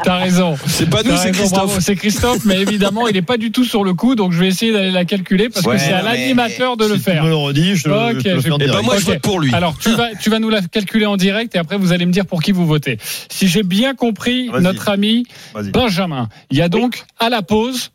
S1: t'as raison.
S2: C'est pas nous,
S1: T'as
S2: c'est
S1: raison,
S2: Christophe.
S1: bravo, C'est Christophe, mais évidemment, il n'est pas du tout sur le coup, donc je vais essayer d'aller la calculer parce
S8: Ouais,
S1: que c'est à
S8: mais
S1: l'animateur de le
S8: si tu
S1: faire.
S8: me le redis, je te-
S1: Ok,
S8: je te le
S1: je
S8: fais en
S1: vais-
S8: direct. Eh ben, moi, je
S1: Ok. Ah.
S8: vote pour lui.
S1: Alors, tu vas, tu vas nous la calculer en direct et après, vous allez me dire pour qui vous votez. Si j'ai bien compris,
S8: Vas-y.
S1: notre ami
S8: Vas-y.
S1: Benjamin, il y a donc à la pause,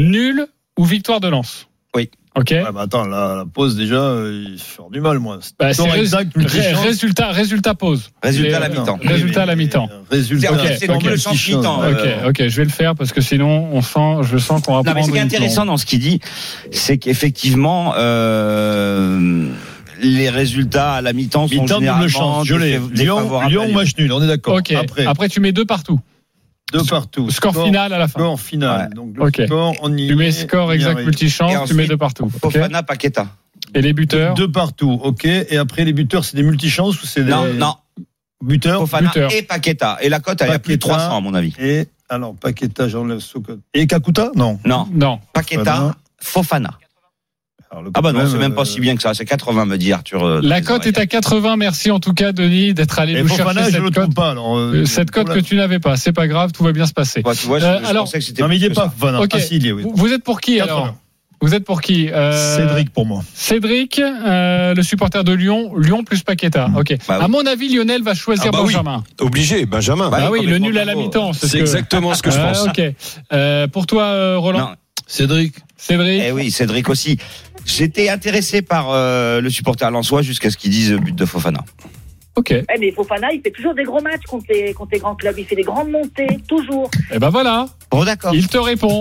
S1: nul ou victoire de lance.
S8: Oui.
S1: Ok.
S8: Ouais, bah attends, la, la pause déjà, euh, il sort du mal, moi.
S1: Bah, c'est
S8: Score
S1: rés-
S8: exact,
S1: ré-
S8: multi-chance.
S1: résultat, résultat pause.
S8: Résultat à la
S1: Les-
S8: mi-temps.
S1: Résultat à la mi-temps.
S8: Résultat.
S1: Ok,
S5: C'est double
S1: ok.
S5: chance mi-temps.
S1: Ok,
S5: euh.
S1: ok, je vais le faire parce que sinon, on sent, je sens qu'on
S5: Non,
S1: va
S5: mais ce
S1: prendre
S5: qui est
S1: une
S5: intéressant dans ce qu'il dit, c'est qu'effectivement, euh, les résulats à la mi-temps sont
S8: Mi-temps, double
S5: généralement
S8: chance, je l'ai.
S5: défav-
S8: Lyon,
S5: défavorables à
S8: Lyon,
S5: Lyon.
S8: match nul, on est d'accord.
S1: Ok. Après.
S8: Après,
S1: tu mets deux partout.
S8: deux partout.
S1: Score final à la fin.
S8: Score final. Donc, le
S1: Ok.
S8: score, on y
S1: Tu mets
S8: est, on
S1: score
S8: y
S1: exact
S8: arrive.
S5: Et
S1: multi-chance, tu
S5: ensuite,
S1: mets deux partout. ok
S5: Fofana, Paqueta.
S1: Et les buteurs
S8: Deux partout, ok. Et après, les buteurs, c'est des multichances ou c'est des.
S5: Non, non.
S8: Buteurs.
S5: Fofana
S1: buteur.
S5: et Paqueta. Et la cote, elle est à plus de
S8: Paqueta.
S5: 300, à mon avis.
S8: Et. Alors, Paqueta, j'enlève Sokot. Et Kakuta Non.
S5: Non.
S1: Non.
S5: Paqueta,
S8: Fofana.
S5: Fofana.
S8: Alors, le
S5: Ah bah non,
S8: problème,
S5: c'est même pas
S8: euh,
S5: si bien que ça. C'est 80, me dit Arthur. euh,
S1: La
S5: dans les
S1: cote est
S5: oreilles.
S1: à 80. Merci en tout cas, Denis, d'être allé
S8: Et
S1: nous
S8: Fofana,
S1: chercher
S8: je le
S1: cette cote.
S8: trouve pas. Alors,
S1: Euh,
S8: euh,
S1: Cette cote que
S8: problème.
S1: tu n'avais pas. C'est pas grave, tout va bien se passer.
S5: Bah, tu vois, je-
S1: Euh,
S5: je
S1: alors-
S5: pensais que c'était
S8: Non, mais il y est
S5: plus que
S8: pas, Fofana.
S1: Ok.
S8: Ah, si, il y est, oui.
S1: Vous vous êtes pour qui
S8: 80.
S1: alors Vous êtes pour qui Euh,
S8: Cédric pour moi.
S1: Cédric, euh, le supporter de Lyon, Lyon plus Paqueta. Ok.
S5: Bah oui.
S1: À mon avis, Lionel va choisir
S2: Ah bah oui.
S1: Benjamin.
S2: Obligé, Benjamin.
S5: Bah
S1: Ah
S5: oui,
S1: oui, le
S5: complètement
S1: nul à la
S5: bravo.
S1: mi-temps.
S2: c'est
S1: ce que-
S2: exactement ce que je
S1: Ah,
S2: pense.
S1: ok. Euh, pour toi, euh,
S5: ça.
S1: Roland,
S5: Non.
S4: Cédric,
S1: Cédric,
S5: Eh oui, Cédric aussi. J'étais intéressé par euh, le supporter lensois jusqu'à ce qu'ils disent but de Fofana.
S1: ok.
S10: Eh, mais Fofana, il fait toujours des gros matchs contre les, contre les grands clubs. Il fait des grandes montées, toujours.
S1: Et ben voilà,
S5: Bon, d'accord.
S1: il te répond.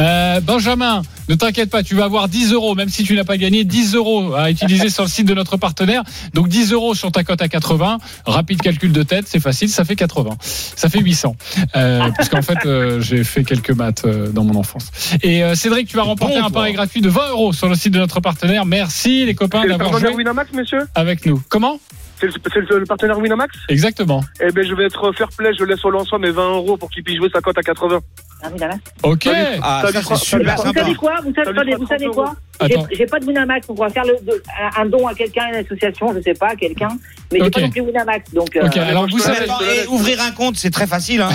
S1: Euh, Benjamin, ne t'inquiète pas, tu vas avoir 10 euros, même si tu n'as pas gagné, 10 euros à utiliser sur le site de notre partenaire. Donc 10 euros sur ta cote à 80. Rapide calcul de tête, c'est facile, ça fait 80. Ça fait 800. Euh, parce qu'en fait, euh, j'ai fait quelques maths euh, dans mon enfance. Et euh, Cédric, tu vas remporter un pari gratuit de 20 euros sur le site de notre partenaire. Merci les copains
S9: C'est le
S1: d'avoir
S9: partenaire
S1: joué
S9: Winamax, monsieur
S1: avec nous. Comment
S9: C'est le, c'est le- le partenaire Winamax
S1: Exactement.
S9: Eh ben, je vais être fair play, je laisse au lanceur mes 20 euros pour qu'il puisse jouer sa cote à 80.
S10: Ah, mais là, là.
S1: Ok.
S9: Salut.
S5: Ah, ça, c'est
S9: Ça lui fera- ça lui
S5: super
S9: fera-
S10: Vous
S5: sympa.
S10: savez quoi Vous savez,
S9: Ça lui
S10: attendez,
S9: fera
S10: vous savez
S9: 30
S10: quoi J'ai-
S1: Ah, Attends.
S10: J'ai pas de Winamax, on pourra faire le, de- un, un don à quelqu'un, à une association, je sais pas, à quelqu'un. Mais j'ai
S1: Ok.
S10: pas non plus Winamax, donc. euh,
S1: Ok, alors vous
S5: Mais
S1: savez.
S5: attends, et eh, ouvrir un compte, c'est très facile. Hein.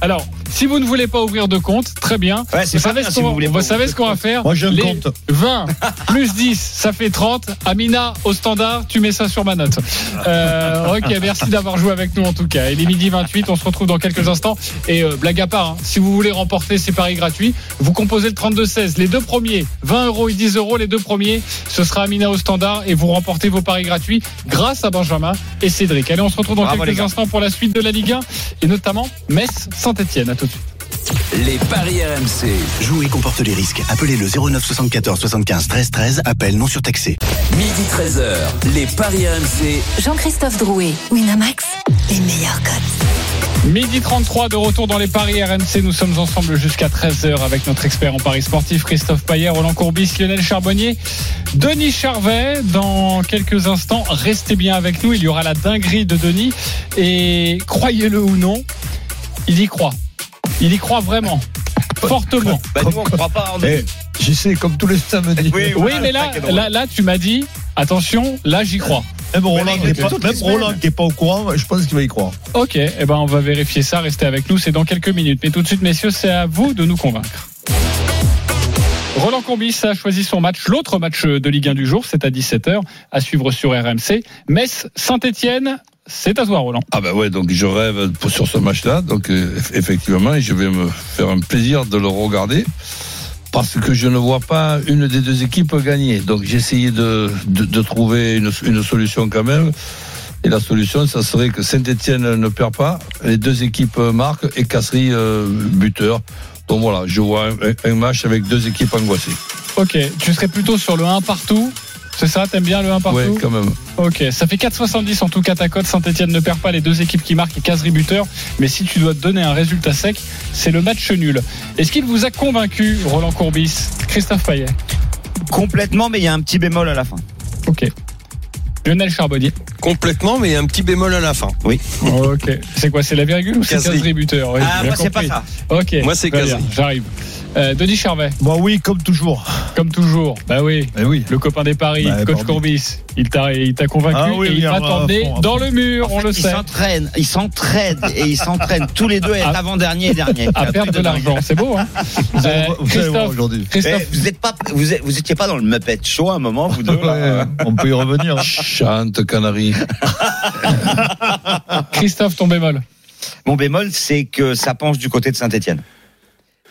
S1: Alors, si vous ne voulez pas ouvrir de compte, très bien.
S5: Ouais, c'est
S1: Vous
S5: pas
S1: savez
S5: bien
S1: ce
S5: si
S1: qu'on
S5: vous voulez
S1: vous
S5: pas
S1: savez
S5: ouvrir
S1: ce qu'on va faire
S8: Moi, j'ai un
S1: Les
S8: compte.
S1: 20 plus 10, ça fait 30. Amina, au standard, tu mets ça sur ma note. Euh, ok, merci d'avoir joué avec nous en tout cas. Il est midi 28, on se retrouve dans quelques instants. Et euh, blague à part, hein, si vous voulez remporter ces paris gratuits, vous composez le 32-16. Les deux premiers, 20 euros et 10 euros, les deux premiers, ce sera Amina au standard et vous remportez vos paris gratuits grâce à Benjamin et Cédric. Allez, on se retrouve dans
S5: Bravo, les
S1: quelques
S5: gars.
S1: instants pour la suite de la Ligue 1 et notamment Metz Saint-Etienne. À tout de suite.
S6: Les paris RMC.
S11: Jouer comporte les risques. Appelez le 09 74 75 13 13. Appel non surtaxé.
S6: Midi 13h, les paris RMC.
S3: Jean-Christophe Drouet, Winamax, les meilleurs cotes.
S1: Midi 33 de retour dans les paris RMC. Nous sommes ensemble jusqu'à 13h avec notre expert en paris sportif Christophe Payet, Roland Courbis, Lionel Charbonnier, Denis Charvet. Dans quelques instants, restez bien avec nous. Il y aura la dinguerie de Denis et croyez-le ou non, il y croit. Il y croit vraiment. Fortement.
S5: Bah, nous, on croit pas en
S8: Eh, j'y sais, comme tous les samedis.
S1: Oui,
S5: voilà,
S1: mais
S5: le
S1: là,
S5: paquet de
S1: là, là, tu m'as dit, attention, là, j'y crois.
S8: Même Roland,
S5: Mais
S8: qui est
S5: mec,
S8: pas,
S5: toutes
S8: même
S5: les semaines.
S8: Roland qui est pas au courant, je pense qu'il va y croire.
S1: Ok, eh ben, on va vérifier ça. Restez avec nous. C'est dans quelques minutes. Mais tout de suite, messieurs, c'est à vous de nous convaincre. Roland Combis a choisi son match, l'autre match de Ligue 1 du jour, c'est à 17h, à suivre sur RMC. Metz, Saint-Etienne, c'est à toi Roland.
S4: Ah ben ouais, donc je rêve pour- sur ce match-là. Donc euh, eff- effectivement, je vais me faire un plaisir de le regarder parce que je ne vois pas une des deux équipes gagner. Donc j'ai essayé de, de, de trouver une, une solution quand même. Et la solution, ça serait que Saint-Etienne ne perd pas, les deux équipes marquent et Casserie euh, buteur. Donc voilà, je vois un, un match avec deux équipes angoissées.
S1: Ok, tu serais plutôt sur le 1 partout c'est ça, t'aimes bien le 1 partout
S4: Ouais, quand même.
S1: Ok, ça fait 4,70 en tout cas ta cote. Saint-Etienne ne perd pas les deux équipes qui marquent et 15 buteur. Mais si tu dois te donner un résultat sec, c'est le match nul. Est-ce qu'il vous a convaincu, Roland Courbis, Christophe Payet
S5: Complètement, mais il y a un petit bémol à la fin.
S1: Ok. Lionel Charbonnier.
S2: Complètement, mais un petit bémol à la fin.
S1: ok. C'est quoi C'est la virgule ou c'est 15
S2: Caserie.
S1: buteur
S5: ah, moi, c'est pas ça.
S1: Ok.
S2: Moi, c'est
S1: très bien,
S2: caserie.
S1: J'arrive. Euh, Denis Charvet.
S8: Moi, Bah oui, comme toujours.
S1: Comme toujours. Bah oui.
S4: Eh
S8: oui.
S1: Le copain des paris,
S8: Bah,
S1: coach
S8: Corbis.
S1: Courbis. Il t'a, il t'a convaincu
S8: Ah oui,
S1: et
S8: oui,
S1: il
S8: à
S1: va
S8: fond,
S1: t'emmener
S8: à fond, à
S1: dans
S8: fond.
S1: le mur, on le
S5: Ils
S1: sait.
S5: s'entraînent, ils s'entraînent et ils s'entraînent tous les deux à être avant-dernier et dernier.
S1: À perdre de l'argent, c'est beau, hein
S8: Vous allez
S1: Euh,
S8: voir- vous allez voir
S1: Christophe,
S8: aujourd'hui.
S1: Christophe,
S5: Eh, vous êtes pas, vous, êtes- vous étiez pas dans le Muppet Show à un moment, vous deux là.
S8: Ouais, on peut y revenir.
S4: Chante, Canary.
S5: Eh,
S1: Christophe, ton bémol.
S5: Mon bémol, c'est que ça penche du côté de Saint-Etienne.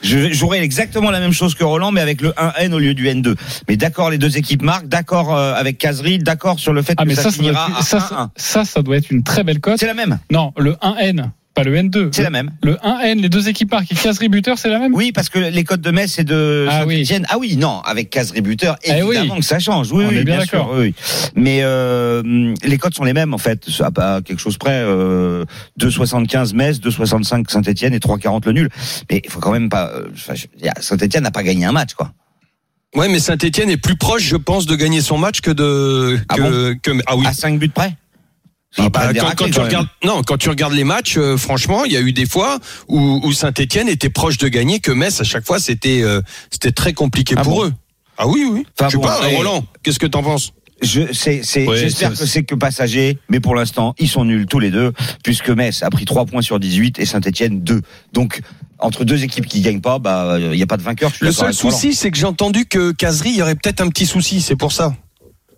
S5: J'aurais exactement la même chose que Roland, mais avec le 1N au lieu du N2. Mais d'accord, les deux équipes marquent, d'accord euh, avec Casery, d'accord sur le fait
S1: Ah,
S5: que
S1: mais
S5: ça,
S1: ça, ça doit,
S5: finira
S1: être,
S5: à
S1: ça,
S5: 1-1.
S1: ça, ça, ça doit être une très belle cote.
S5: C'est la même,
S1: Non, le 1N, pas le N2.
S5: c'est la même.
S1: Le 1N, les deux équipes marquent et Casri buteur, c'est la même
S5: Oui, parce que les codes de Metz et de
S1: Ah oui.
S5: Saint-Etienne. Ah oui, non, avec Casery buteur,
S1: Eh
S5: évidemment
S1: oui.
S5: que ça change. Oui,
S1: On
S5: oui,
S1: est bien
S5: sûr.
S1: d'accord.
S5: oui, oui. Mais euh, les codes sont les mêmes en fait, à pas quelque chose près. Euh, 2,75 Metz, 2,65 Saint-Etienne et 3,40 le nul. Mais il faut quand même pas. euh, enfin, je- y a- Saint-Etienne n'a pas gagné un match quoi.
S2: Ouais, mais Saint-Etienne est plus proche, je pense, de gagner son match que de.
S5: Ah
S2: que, que- ah oui.
S5: À 5 buts près.
S2: Ah
S5: Ils
S2: bah,
S5: prennent des
S2: quand,
S5: raclées,
S2: quand tu
S5: quand même.
S2: regardes, non, quand tu regardes les matchs, euh, franchement, il y a eu des fois où, où Saint-Etienne était proche de gagner, que Metz à chaque fois c'était euh, c'était très compliqué
S5: Ah
S2: pour
S5: bon
S2: eux. Ah oui, oui.
S5: Enfin
S2: je sais
S5: bon,
S2: pas,
S5: et-
S2: Roland, qu'est-ce que t'en penses
S5: Je, c'est, c'est,
S4: Ouais,
S5: j'espère
S4: c'est-
S5: que c'est que passager, mais pour l'instant, ils sont nuls tous les deux, puisque Metz a pris 3 points sur 18 et Saint-Etienne 2. Donc, entre deux équipes qui gagnent pas, bah, il n'y a pas de vainqueur. je suis
S2: Le
S5: d'accord
S2: seul
S5: avec Roland.
S2: souci, c'est que j'ai entendu que Casery, il y aurait peut-être un petit souci, c'est pour ça.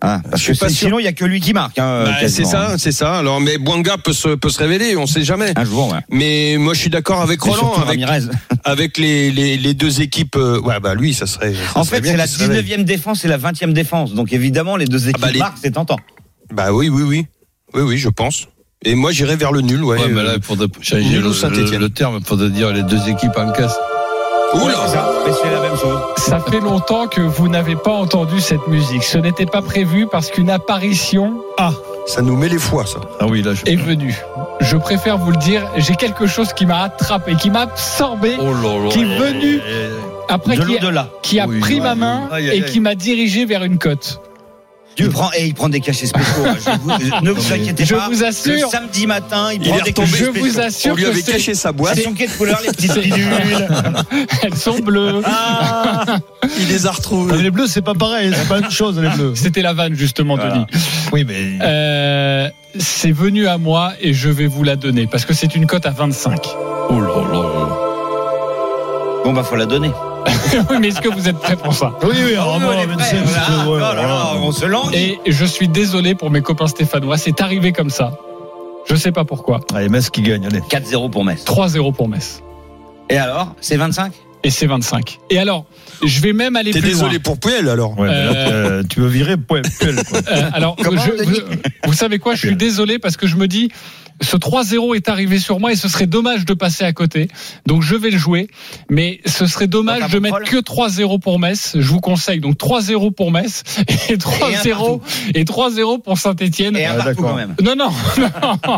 S5: Ah, parce
S2: je
S5: que
S2: suis pas
S5: si-
S2: sûr.
S5: sinon, il y a que lui qui marque. Hein,
S2: Bah, c'est
S5: quasiment,
S2: ça,
S5: hein.
S2: c'est ça. Alors, mais Bouanga peut se peut se révéler, on sait jamais.
S5: Un jour, ouais.
S2: Mais moi, je suis d'accord avec
S5: Mais
S2: Roland,
S5: surtout
S2: avec Ah,
S5: Ramirez.
S2: avec les, les les deux équipes. euh, ouais, bah lui, ça serait. ça
S5: En
S2: serait
S5: fait,
S2: bien
S5: c'est la
S2: qu'il se réveille.
S5: 19e défense et la 20e défense. Donc, évidemment, les deux équipes
S2: bah, les-
S5: marquent, c'est tentant.
S2: Bah oui, oui, oui, oui, oui, je pense. Et moi, j'irais vers le nul, ouais.
S4: Ouais, mais
S8: euh,
S4: là, il faudrait changer
S2: Nul
S4: le,
S2: ou Saint-Étienne.
S4: le- le terme. Il faudrait dire les deux équipes en caisse.
S5: Ouais,
S2: Oula.
S5: c'est ça. Mais c'est la même chose.
S1: Ça fait longtemps que vous n'avez pas entendu cette musique. Ce n'était pas prévu parce qu'une apparition
S2: Ça nous met les foies, ça.
S4: Ah oui, là, je.
S1: est venue. Je préfère vous le dire, j'ai quelque chose qui m'a attrapé, qui m'a absorbé,
S4: Oh là là.
S1: qui est venu après
S5: De
S1: qui,
S5: l'au-delà.
S1: qui a
S4: Oui,
S1: pris
S4: ouais,
S1: ma main
S8: oui. Aïe, aïe,
S1: et
S8: aïe.
S1: qui m'a dirigé vers une cote.
S5: Il prend, et il prend des cachets spéciaux. hein. Je vous- ne vous inquiétez
S1: Je
S5: pas.
S1: vous assure.
S5: Le samedi matin, il
S2: Il
S5: prend
S2: est
S5: des
S2: retombé,
S5: cachets
S1: Je
S5: spéciaux.
S1: vous assure
S2: On lui
S1: que
S2: avait
S1: c'est-
S2: caché sa boîte,
S5: Elles sont quelles couleurs les petites
S1: C'est-
S5: pilules
S1: elles sont bleues.
S2: il les a retrouvés.
S8: Les bleus, c'est pas pareil, c'est pas la même chose, les bleus.
S1: C'était la vanne justement,
S5: Voilà.
S1: Denis.
S8: Oui, mais.
S1: Euh, c'est venu à moi et je vais vous la donner parce que c'est une cote à 25.
S4: Oh là là là.
S5: Bon bah faut la donner.
S1: Oh, Oui, Mais est-ce que vous êtes prêts pour ça
S8: Oui, oui,
S4: Oh,
S8: alors moi,
S5: on est
S8: mais
S5: prêts,
S8: c'est-
S5: voilà.
S8: c'est- ouais,
S5: Oh là là,
S8: voilà.
S5: on se langue.
S1: Et je suis désolé pour mes copains stéphanois, c'est arrivé comme ça. Je sais pas pourquoi.
S8: Allez, Metz qui gagne, allez.
S5: 4-0 pour Metz.
S1: 3-0 pour Metz.
S5: Et alors, c'est 25
S1: Et c'est 25. Et alors, je vais même aller
S2: T'es
S1: plus
S2: désolé
S1: loin.
S2: pour Puel, alors
S8: Ouais, mais là, euh, tu veux virer Poel, Poel, quoi.
S1: Euh, alors,
S5: Comment,
S1: je-
S5: Denis
S1: vous, vous savez quoi Je suis désolé parce que je me dis, ce 3-0 est arrivé sur moi et ce serait dommage de passer à côté. Donc, je vais le jouer. Mais ce serait
S5: Dans
S1: dommage
S5: ta
S1: de mettre
S5: banderole
S1: que 3-0 pour Metz. Je vous conseille. Donc, 3-0 pour Metz et 3-0 et 3-0 pour Saint-Etienne.
S5: Et un
S8: Ah,
S5: partout
S8: d'accord.
S5: quand même.
S1: Non, non, non.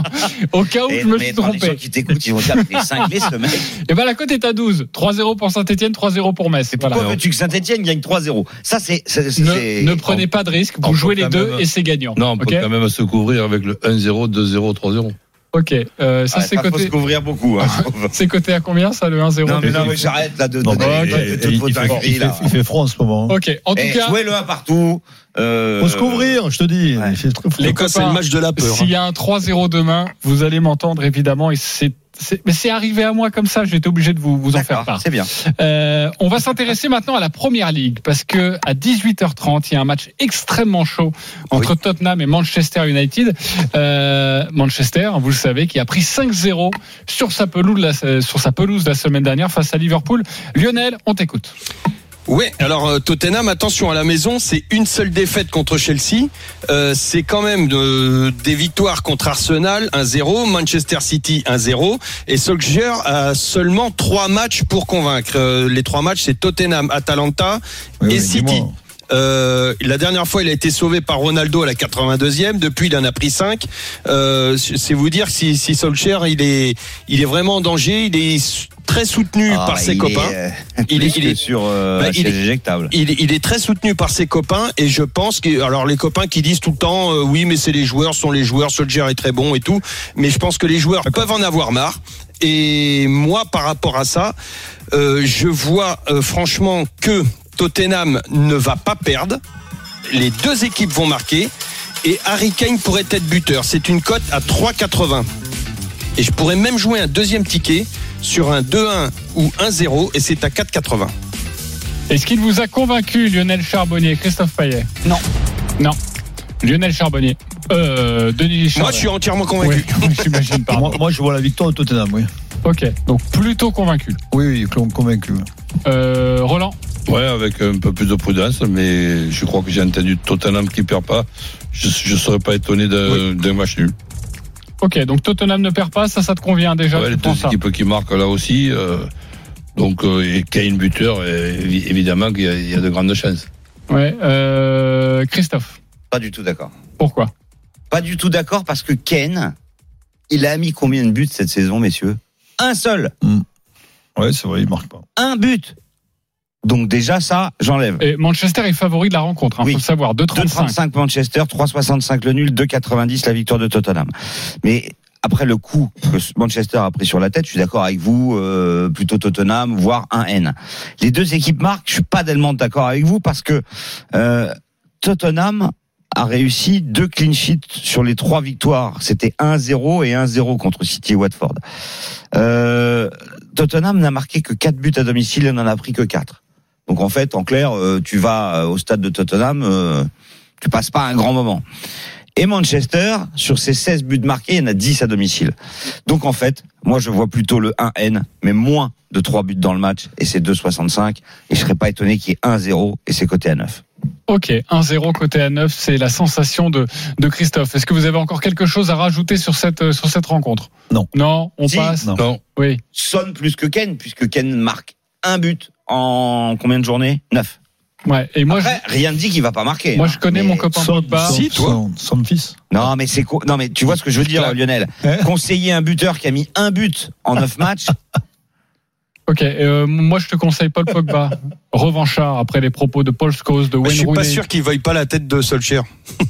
S1: Au cas où
S5: Et-
S1: je me
S5: mais
S1: suis
S5: attends, Les gens
S1: trompé.
S5: qui t'écoutent, ils vont dire, mais cinglé ce mec.
S1: Et ben, la cote est à 12. 3-0 pour Saint-Etienne, 3-0 pour Metz. Voilà.
S5: Pourquoi veux-tu que Saint-Etienne gagne 3-0 Ça, c'est. c'est- c'est-
S1: Ne,
S5: c'est-
S1: ne prenez pas de risques.
S4: on
S1: Vous
S4: peut
S1: jouez les
S4: quand
S1: deux
S4: même-
S1: et c'est gagnant.
S4: Non, on peut
S1: ok,
S4: quand même se couvrir avec le 1-0, 2-0, 3-0.
S1: Ok. Euh, ça
S5: Ah,
S1: c'est
S5: pas faut
S1: côté. Ah,
S5: se couvrir beaucoup. hein.
S1: C'est bah, coté à combien ça le 1-0
S5: non, mais non, mais j'arrête là de
S8: Non,
S5: donner
S4: Ah,
S8: mais
S5: les codes de
S8: il-
S5: toutes
S8: il-
S5: vos
S8: il fait-
S5: dingueries,
S8: il fait-
S5: là.
S8: il fait froid en ce moment. hein.
S1: Ok, en tout
S5: Eh,
S1: cas,
S5: Jouez le 1 partout. euh,
S8: Faut se couvrir, je te dis.
S5: Ouais.
S8: Il fait très froid.
S1: Les
S2: Les cas, c'est
S1: copains,
S2: le match de la peur. hein.
S1: s'il y a un 3-0 demain, vous allez m'entendre évidemment et c'est c'est- mais c'est arrivé à moi comme ça, j'étais obligé de vous, vous en faire
S5: D'accord,
S1: part.
S5: c'est bien.
S1: Euh, on va s'intéresser maintenant à la première ligue parce que à 18h30, il y a un match extrêmement chaud entre Tottenham et Manchester United. Euh, Manchester, vous le savez, qui a pris 5-0 sur sa pelouse la, euh, sur sa pelouse la semaine dernière face à Liverpool. Lionel, on t'écoute.
S2: Ouais, alors euh, Tottenham, attention à la maison, c'est une seule défaite contre Chelsea. Euh, c'est quand même de- des victoires contre Arsenal, 1-0, Manchester City, 1-0. Et Solskjaer a seulement trois matchs pour convaincre. Euh, les trois matchs, c'est Tottenham, Atalanta
S8: Oui,
S2: et
S8: oui,
S2: City.
S8: dis-moi.
S2: Euh, la dernière fois, il a été sauvé par Ronaldo à la 82e. Depuis, il en a pris 5. Euh, c'est vous dire si, si Solskjaer, il est, il est vraiment en danger. Il est s- très soutenu
S5: Ah,
S2: par
S5: bah,
S2: ses
S5: il
S2: copains.
S5: est, euh,
S2: Il est-
S5: plus
S2: il
S5: que
S2: est-
S5: sur euh,
S2: Bah, il est-
S5: chaise éjectable.
S2: Il, il est très soutenu par ses copains et je pense que alors les copains qui disent tout le temps euh, oui mais c'est les joueurs ce sont les joueurs Solskjaer est très bon et tout mais je pense que les joueurs peuvent en avoir marre Et moi, par rapport à ça, euh, je vois euh, franchement que Tottenham ne va pas perdre. Les deux équipes vont marquer. Et Harry Kane pourrait être buteur. C'est une cote à 3,80. Et je pourrais même jouer un deuxième ticket sur un 2-1 ou 1-0. Et c'est à 4,80.
S1: Est-ce qu'il vous a convaincu, Lionel Charbonnier, Christophe Payet
S5: Non.
S1: Non. Lionel Charbonnier. Euh, Denis
S2: Moi, je suis entièrement convaincu.
S1: Oui, J'imagine pas.
S8: Moi, moi, je vois la victoire de Tottenham, oui.
S1: Ok, donc plutôt convaincu.
S8: Oui, oui, clon- convaincu.
S1: Euh, Roland
S4: Ouais, avec un peu plus de prudence, mais je crois que j'ai entendu Tottenham qui perd pas. Je ne serais pas étonné d'un d'un match nul.
S1: Ok, donc Tottenham ne perd pas, ça, ça te convient déjà
S4: Ouais,
S1: tu
S4: les deux
S1: prends ça.
S4: équipes qui marquent là aussi. euh, donc, euh, et Kane buteur, euh, évi- évidemment qu'il y, a- il y a de grandes chances.
S1: Ouais, euh, Christophe,
S5: Pas du tout d'accord.
S1: pourquoi
S5: Pas du tout d'accord parce que Ken, il a mis combien de buts cette saison, messieurs Un seul,
S8: Ouais, c'est vrai, il marque pas.
S5: un but. Donc déjà ça, j'enlève.
S1: Et Manchester est favori de la rencontre, il
S5: Oui.
S1: faut le savoir, 2,35.
S5: 2,35 Manchester, 3,65 le nul, 2,90 la victoire de Tottenham. Mais après le coup que Manchester a pris sur la tête, je suis d'accord avec vous, euh, plutôt Tottenham, voire un N. Les deux équipes marquent, je suis pas tellement d'accord avec vous parce que euh, Tottenham a réussi deux clean sheets sur les trois victoires. C'était 1-0 et 1-0 contre City et Watford. Euh, Tottenham n'a marqué que quatre buts à domicile et n'en a pris que quatre. Donc en fait, en clair, euh, tu vas euh, au stade de Tottenham, euh, tu passes pas un grand moment. Et Manchester, sur ses 16 buts marqués, il y en a 10 à domicile. Donc en fait, moi je vois plutôt le 1N, mais moins de 3 buts dans le match, et c'est 2,65. Et je serais pas étonné qu'il y ait 1-0 et c'est coté à 9.
S1: Ok, 1-0 côté à 9, c'est la sensation de, de Christophe. Est-ce que vous avez encore quelque chose à rajouter sur cette, euh, sur cette rencontre
S8: Non.
S1: Non, on
S5: Si.
S1: passe
S8: Non.
S4: Non,
S1: Oui.
S5: Sonne plus que Ken, puisque Ken marque un but en combien de journées 9.
S1: Ouais. Et moi,
S5: Après, rien ne dit qu'il va pas marquer.
S1: je, moi,
S5: hein,
S1: je connais
S5: mais-
S1: mon copain Pogba.
S8: si, toi. Son, son fils.
S5: Non, mais c'est quoi Non, mais tu vois ce que je veux dire, Lionel.
S8: Hein
S5: Conseiller un buteur qui a mis un but en 9 matchs,
S1: Ok, euh, moi, je te conseille Paul Pogba, revanchard après les propos de Paul Scholes, de
S2: Je
S1: Wayne
S2: suis pas
S1: Rooney.
S2: sûr qu'il veuille pas la tête de Solskjaer.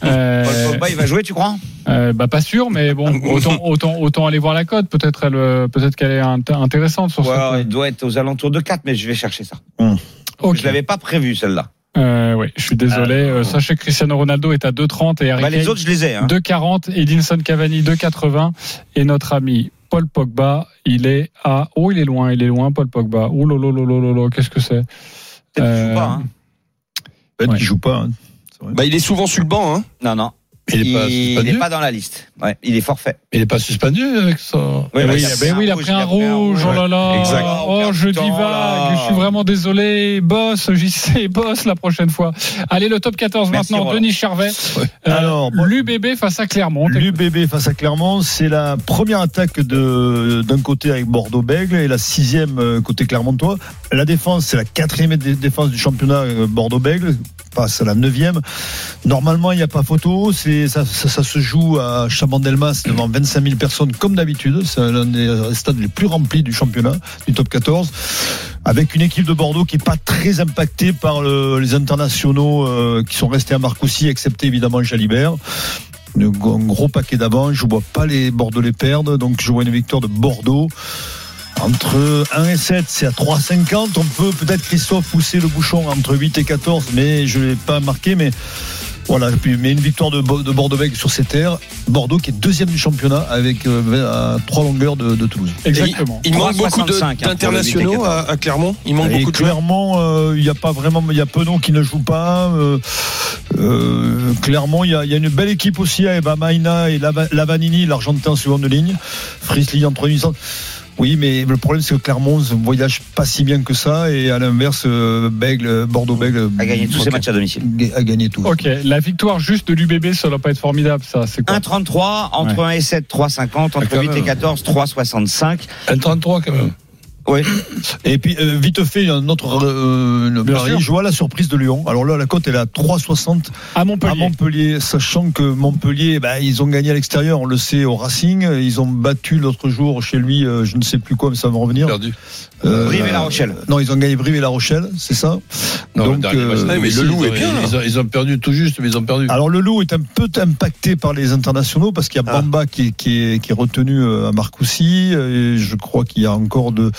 S1: Euh,
S5: Paul Pogba, il va jouer, tu crois
S1: Euh, bah pas sûr, mais bon, autant autant autant aller voir la cote. Peut-être elle, euh, peut-être qu'elle est int- intéressante sur
S5: Ouais,
S1: ça.
S5: il doit être aux alentours de 4, mais je vais chercher ça. Je l'avais pas prévu celle-là.
S1: Euh, ouais, je suis désolé. Euh, sachez que Cristiano Ronaldo est à 2,30 et Harry
S5: Bah, les
S1: Kane,
S5: autres, je les ai. Hein.
S1: 2,40. Edinson Cavani 2,80 et notre ami Paul Pogba, il est à oh il est loin, il est loin Paul Pogba. Oh là là là là là là, qu'est-ce que c'est
S5: Peut-être
S1: Euh,
S5: qu'il joue pas, hein.
S8: Peut-être
S1: Ouais.
S8: qu'il joue pas. hein.
S2: Bah, il est souvent sur le banc. Hein.
S5: Non, non.
S4: il
S5: Il
S4: n'est pas
S5: il
S4: suspendu.
S5: est pas dans la liste. Ouais, il est forfait.
S4: Il est pas suspendu avec son.
S1: Eh
S5: bah,
S1: oui,
S5: a
S1: ben oui, il a pris un rouge, oh là là.
S2: Exact.
S1: Oh,
S5: Oh,
S1: je
S5: putain,
S1: divague,
S5: là.
S1: je suis vraiment désolé. Boss, JC, boss la prochaine fois. Allez, le top 14
S5: Merci,
S1: maintenant,
S5: Roland.
S1: Denis Charvet. Euh,
S8: Alors, bon.
S1: l'UBB face à Clermont.
S8: L'UBB face à Clermont, c'est la première attaque de d'un côté avec Bordeaux-Bègle et la sixième euh, côté Clermontois. La défense, c'est la quatrième dé- défense du championnat euh, Bordeaux-Bègle, passe à la neuvième. Normalement, il n'y a pas photo. C'est ça, ça- ça se joue à Chabandelmas devant 25 000 personnes comme d'habitude. C'est l'un des euh, stades les plus remplis du championnat du Top 14, avec une équipe de Bordeaux qui est pas très impactée par le- les internationaux euh, qui sont restés à Marcoussis, excepté évidemment Jalibert un gros- un gros paquet d'avant. Je ne vois pas les Bordelais perdre. Donc, je vois une victoire de Bordeaux. Entre 1 et 7, c'est à 3,50. On peut peut-être, Christophe, pousser le bouchon entre 8 et 14, mais je ne l'ai pas marqué. Mais voilà, Puis, mais une victoire de, Bo- de bordeaux sur ses terres. Bordeaux qui est deuxième du championnat avec euh, à 3 longueurs de, de Toulouse.
S1: Exactement.
S2: Il manque beaucoup de-
S5: 3,65, hein, pour le
S2: d'internationaux
S5: but des
S2: à, à Clermont. Il manque
S8: Et
S2: beaucoup de joueurs.
S8: clairement, euh, il n'y a pas vraiment, il y a Penon qui ne joue pas. euh, euh, clairement, il y, a, il y a une belle équipe aussi avec Maina et Lava- Lavanini, l'Argentin en seconde ligne. Frisley en troisième ligne. Oui, mais le problème c'est que Clermont ne voyage pas si bien que ça et à l'inverse, euh, Bègle, Bordeaux-Bègle
S5: A gagné tous ses matchs à domicile.
S8: a gagné tout.
S1: Ok, la victoire juste de l'UBB, ça doit pas être formidable, ça. C'est quoi
S5: 1,33, entre 1 et 7, 3,50,
S4: Ah,
S5: entre
S4: quand
S5: 8 et
S4: même.
S5: 14, 3,65.
S4: Un 33 quand même.
S8: Ouais. Et puis euh, vite fait un autre euh, le
S1: Bien
S8: pari.
S1: sûr.
S8: Je vois la surprise de Lyon. Alors là la cote elle est à 3,60
S1: à Montpellier.
S8: sachant que Montpellier bah, ils ont gagné à l'extérieur, on le sait au Racing, ils ont battu l'autre jour chez lui, euh, je ne sais plus quoi mais ça va revenir.
S4: Perdu.
S8: Euh,
S5: Brive et La Rochelle.
S8: Non, ils ont gagné Brive et La Rochelle, c'est ça.
S4: Non,
S8: Donc,
S4: le dernier
S8: euh,
S4: match,
S2: ouais, mais
S4: ils
S2: le
S4: ont-
S2: loup est
S4: ils ont-
S2: bien, hein. là.
S4: Ils ont, ils ont perdu tout juste, mais ils ont perdu.
S8: Alors le loup est un peu impacté par les internationaux parce qu'il y a
S5: Ah.
S8: Bamba qui, est- qui est, qui est retenu euh, à Marcoussis. euh, Et je crois qu'il y a encore de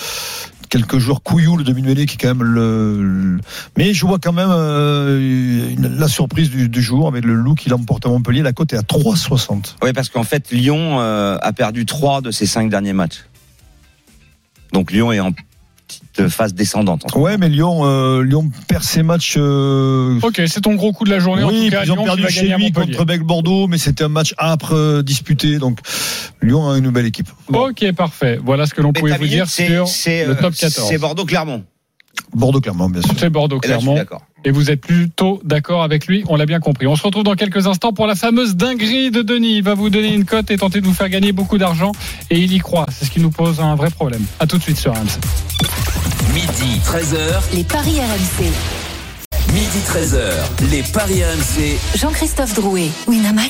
S8: quelques joueurs Couillou, le demi-mêlé, qui est quand même le... le- Mais je vois quand même euh, une- la surprise du, du jour avec le loup qui l'emporte à Montpellier. La cote est à 3,60.
S5: Oui, parce qu'en fait, Lyon euh, a perdu 3 de ses 5 derniers matchs. Donc Lyon est en petite phase descendante. en fait.
S8: Ouais, mais Lyon, euh, Lyon perd ses matchs. euh,
S1: Ok, c'est ton gros coup de la journée. en
S8: oui,
S1: tout cas,
S8: ils ont
S1: Lyon qui
S8: perdu
S1: va
S8: chez
S1: gagner à
S8: lui
S1: Montpellier.
S8: contre Bec Bordeaux, mais c'était un match âpre euh, disputé. Donc Lyon a une nouvelle équipe.
S1: Ok, parfait. Voilà ce que l'on
S5: Mais
S1: pouvait
S5: ta
S1: vous
S5: minute,
S1: dire
S5: c'est-
S1: sur
S5: c'est,
S1: le
S5: euh,
S1: top 14.
S5: C'est Bordeaux-Clermont.
S8: Bordeaux clairement, bien sûr.
S1: C'est Bordeaux,
S5: Et là, je suis
S1: clairement.
S5: d'accord.
S1: Et vous êtes plutôt d'accord avec lui, on l'a bien compris. On se retrouve dans quelques instants pour la fameuse dinguerie de Denis. Il va vous donner une cote et tenter de vous faire gagner beaucoup d'argent. Et il y croit. C'est ce qui nous pose un vrai problème. À tout de suite sur RMC.
S6: Midi 13h,
S3: Les paris RMC.
S6: midi 13h, les Paris RMC.
S3: Jean-Christophe Drouet, Winamax,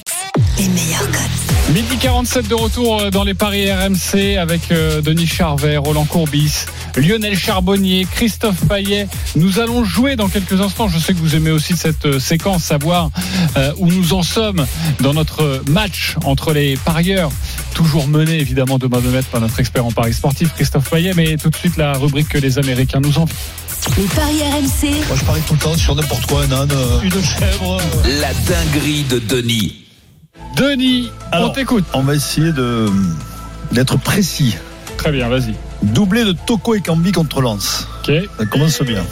S3: les meilleurs cotes.
S1: Midi 47 de retour euh, dans les paris RMC avec euh, Denis Charvet, Roland Courbis, Lionel Charbonnier, Christophe Paillet. Nous allons jouer dans quelques instants. Je sais que vous aimez aussi cette euh, séquence, savoir euh, où nous en sommes dans notre match entre les parieurs. Toujours mené évidemment de main de maître par notre expert en paris sportif Christophe Paillet, mais tout de suite la rubrique que les Américains nous envient.
S3: Les paris RMC,
S8: Moi, je parie tout le temps sur n'importe quoi, un âne. euh,
S1: Une chèvre.
S6: La dinguerie de Denis.
S1: Denis, on
S8: Alors.
S1: t'écoute.
S8: On va essayer de d'être précis.
S1: Très bien, vas-y.
S8: Doublé de Toko et Cambi contre Lens.
S1: Ok,
S8: Ça commence bien.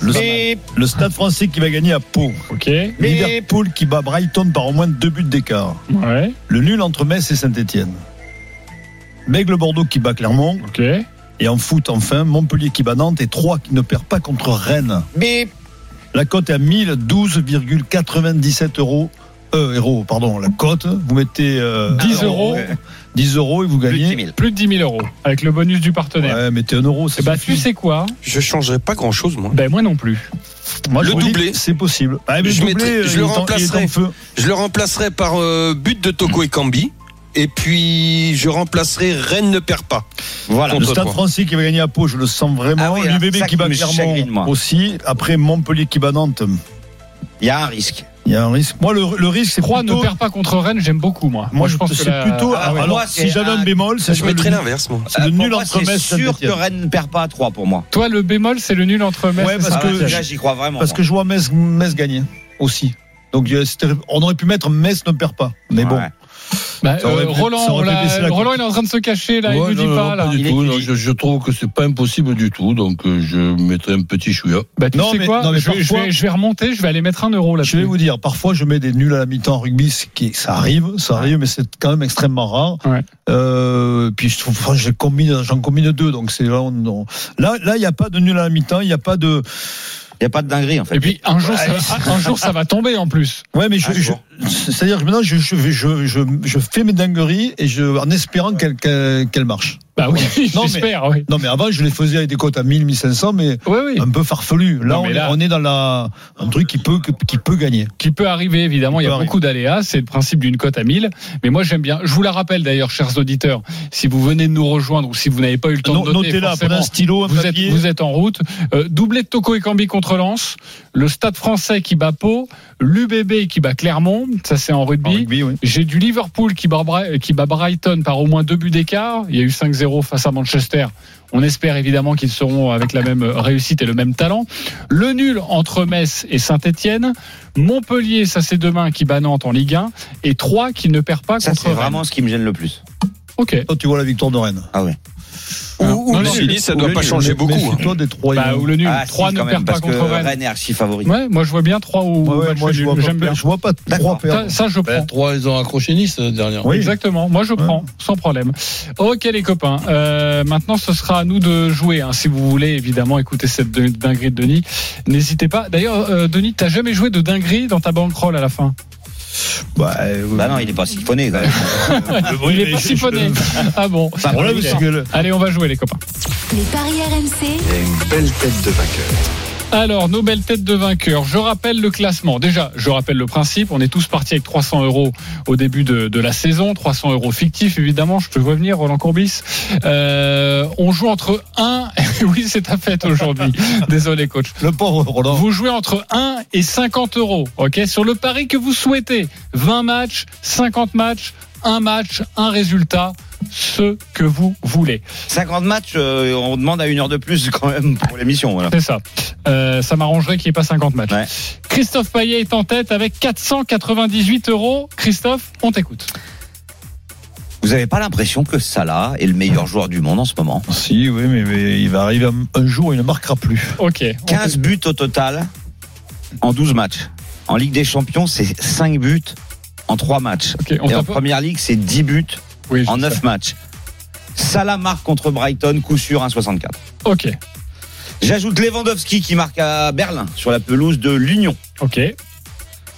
S8: Le, le Stade français qui va gagner à Pau.
S1: ok,
S8: Liverpool qui bat Brighton par au moins deux buts d'écart.
S1: ouais,
S8: Le nul entre Metz et Saint-Etienne. Bègle Bordeaux qui bat Clermont.
S1: ok.
S8: Et en foot, enfin, Montpellier qui bat Nantes et Troyes qui ne perd pas contre Rennes. La cote est à 1012,97 euros. Euh, euros, pardon, la cote. Vous mettez euh,
S1: 10
S8: un
S1: euros.
S8: 10 euros et vous
S5: Plus de
S8: gagnez.
S5: 10 000.
S1: Plus de 10 000 euros avec le bonus du partenaire.
S8: Ouais, mettez un euro.
S1: Eh
S8: c'est
S1: bah, tu sais quoi
S2: Je changerais pas grand chose, moi.
S1: Ben moi non plus.
S8: Moi, je
S2: Le
S8: vous dis
S2: doublé.
S8: que C'est possible. Ah, mais
S2: Je
S8: le doublé,
S2: mettrai-
S8: euh,
S2: je
S8: il
S2: le
S8: est en- il est en
S2: remplacerai.
S8: feu.
S2: Je le remplacerai par euh, but de Toko et Cambi. Et puis, je remplacerai Rennes ne perd pas.
S5: Voilà.
S8: Le
S2: Contre
S8: Stade
S2: quoi
S8: français qui va gagner à Pau, je le sens vraiment.
S5: Ah oui, alors,
S8: L'UBB
S5: ça
S8: qui
S5: qui
S8: bat
S5: me chagrine,
S8: Clermont
S5: moi.
S8: aussi. Après Montpellier qui bat Nantes,
S5: Il y a un risque.
S8: il y a un risque. Moi, le, le risque, c'est
S1: Croix
S8: plutôt.
S1: ne perd pas contre Rennes, j'aime beaucoup moi.
S8: Moi, je pense
S1: que
S8: c'est
S1: la-
S8: plutôt.
S5: Ah ouais,
S8: alors,
S5: moi,
S8: si
S5: c'est
S8: j'avais un
S5: un-
S8: bémol, c'est
S2: Je
S8: que le-
S2: mettrais l'inverse, moi.
S8: C'est le
S5: Euh, pour
S8: nul
S5: moi,
S8: entre
S5: c'est
S8: Metz
S5: sûr
S8: et
S5: que
S8: Saint-Etienne.
S5: Rennes ne perd pas à 3 pour moi.
S1: Toi le bémol c'est le nul entre Metz
S8: Ouais,
S1: et
S8: parce
S5: Ah
S1: Saint-Etienne.
S8: que-
S5: ouais, là, j'y crois vraiment.
S8: Parce
S5: moi.
S8: que je vois Metz, Metz gagner aussi. Donc, euh, c'était- on aurait pu mettre Metz ne perd pas. Mais bon.
S5: Ouais.
S1: Bah,
S8: Ça aurait
S1: euh,
S8: pu-
S1: Roland,
S8: ça aurait
S1: on
S8: pu
S1: l'a-
S8: baisser la
S1: Roland
S8: cote.
S1: il est en train de se cacher là,
S4: Ouais,
S1: il nous
S4: non,
S1: dit
S4: non,
S1: pas là.
S4: du
S5: Il est
S4: tout.
S5: dit.
S4: Non, je, je trouve que c'est pas impossible du tout, donc euh, je mettrai un petit chouïa.
S1: Bah, tu
S8: Non,
S1: sais
S8: mais-
S1: quoi
S8: non, mais
S1: je, vais, je
S8: parfois-
S1: vais- je vais remonter, je vais aller mettre un euro là.
S8: Je vais vous dire, parfois je mets des nuls à la mi-temps en rugby, ce qui, ça arrive, ça arrive, mais c'est quand même extrêmement rare.
S1: Ouais.
S8: Euh, puis je trouve, enfin, je combine- j'en combine deux, donc c'est là, on- on- là, là, il n'y a pas de nul à la mi-temps, il n'y a pas de.
S5: Il n'y a pas de dinguerie en fait.
S1: Et puis un jour, ça, va- un jour ça va tomber en plus.
S8: Ouais, mais je,
S5: Ah,
S8: je- c'est-à-dire que maintenant je, je, je, je, je fais mes dingueries et je, en espérant qu'elles qu'elles- qu'elles marchent.
S1: Bah oui,
S8: Non, mais-
S1: j'espère. Oui.
S8: Non, mais avant je les faisais avec des cotes à 1000, 1500, mais
S1: oui, oui.
S8: un peu farfelu. Là,
S1: Non,
S8: on,
S1: mais
S8: est-
S1: là-
S8: on est dans la, un truc qui peut, qui peut gagner.
S1: qui peut arriver évidemment.
S8: Qui
S1: Il y a
S8: peut
S1: beaucoup d'aléas, c'est le principe d'une cote à 1000. Mais moi j'aime bien. Je vous la rappelle d'ailleurs, chers auditeurs, si vous venez de nous rejoindre ou si vous n'avez pas eu le temps
S8: No-
S1: de noter,
S8: Notez-la, prenez
S1: forcément,
S8: un stylo, un
S1: vous êtes,
S8: papier.
S1: vous êtes en route. Euh, doublé de Toko et Cambi contre Lens, le Stade Français qui bat Pau, l'UBB qui bat Clermont, ça c'est en
S8: En
S1: rugby.
S8: rugby, oui.
S1: J'ai du Liverpool qui bat, Bra- qui bat Brighton par au moins deux buts d'écart. Il y a eu 5-0 face à Manchester. On espère évidemment qu'ils seront avec la même réussite et le même talent. Le nul entre Metz et Saint-Etienne. Montpellier, ça c'est demain, qui bat Nantes en Ligue 1. Et 3 qui ne perd pas
S5: Ça,
S1: contre
S5: c'est
S1: Rennes.
S5: vraiment ce qui me gêne le plus.
S1: Ok.
S8: Toi, tu vois la victoire de Rennes.
S5: Ah ouais.
S1: Ou- ou
S2: Non,
S1: le
S2: non,
S1: nul.
S2: City, ça doit pas changer beaucoup. hein.
S8: toi des trois.
S1: Bah, ou le nul.
S5: Ah, si,
S1: 3 ne
S5: quand
S1: perd
S5: même,
S1: pas
S5: parce que
S1: contre Rennes.
S5: Rennes est archi favori.
S1: Ouais, moi je vois bien 3 ou
S8: Ouais, ouais,
S1: match
S8: moi, je
S1: nul.
S8: vois, pas,
S1: j'aime bien. Bah,
S8: je vois pas trois
S5: D'accord.
S8: perdre.
S1: Ça, ça, je prends.
S4: Ben, trois, ils ont accroché Nice
S2: euh,
S4: la dernière.
S8: Oui.
S1: Exactement, moi je prends, sans problème. Ok les copains, euh, maintenant ce sera à nous de jouer. hein. Si vous voulez évidemment écouter cette de- dinguerie de Denis, n'hésitez pas. D'ailleurs, euh, Denis, t'as jamais joué de dinguerie dans ta bankroll à la fin
S8: Bah, euh,
S5: Bah non, il est pas siphonné quand même.
S8: euh, oui,
S1: Il est
S8: mais
S1: pas
S8: je-
S1: siphonné.
S8: je-
S1: Ah bon
S8: Le problème,
S1: Ok.
S8: c'est que le-
S1: Allez, on va jouer les copains.
S3: Les paris RMC.
S11: Et une belle tête de vainqueur.
S1: Alors, nos belles têtes de vainqueurs. Je rappelle le classement. Déjà, je rappelle le principe. On est tous partis avec 300 euros au début de, de la saison. 300 euros fictifs, évidemment. Je te vois venir, Roland Courbis. Euh, on joue entre 1... oui, c'est ta fête aujourd'hui. Désolé, coach.
S8: Le pauvre Roland.
S1: Vous jouez entre 1 et 50 euros. OK Sur le pari que vous souhaitez. 20 matchs, 50 matchs, un match, un résultat. Ce que vous voulez.
S5: 50 matchs, euh, on demande à une heure de plus quand même pour l'émission. Voilà.
S1: C'est ça. Euh, ça m'arrangerait qu'il n'y ait pas 50 matchs.
S5: Ouais.
S1: Christophe Payet est en tête avec 498 euros. Christophe, on t'écoute.
S5: Vous n'avez pas l'impression que Salah est le meilleur joueur du monde en ce moment
S8: Si, oui, mais, mais il va arriver un- un jour où il ne marquera plus.
S1: Ok.
S5: 15 buts au total en 12 matchs. En Ligue des Champions, c'est 5 buts en 3 matchs.
S1: Ok, on
S5: Et en
S1: tape-
S5: Première Ligue, c'est 10 buts
S1: Oui, je
S5: en
S1: sais.
S5: 9 matchs. Salah marque contre Brighton, coup sûr 1,64.
S1: Ok.
S5: J'ajoute Lewandowski qui marque à Berlin sur la pelouse de l'Union.
S1: Ok.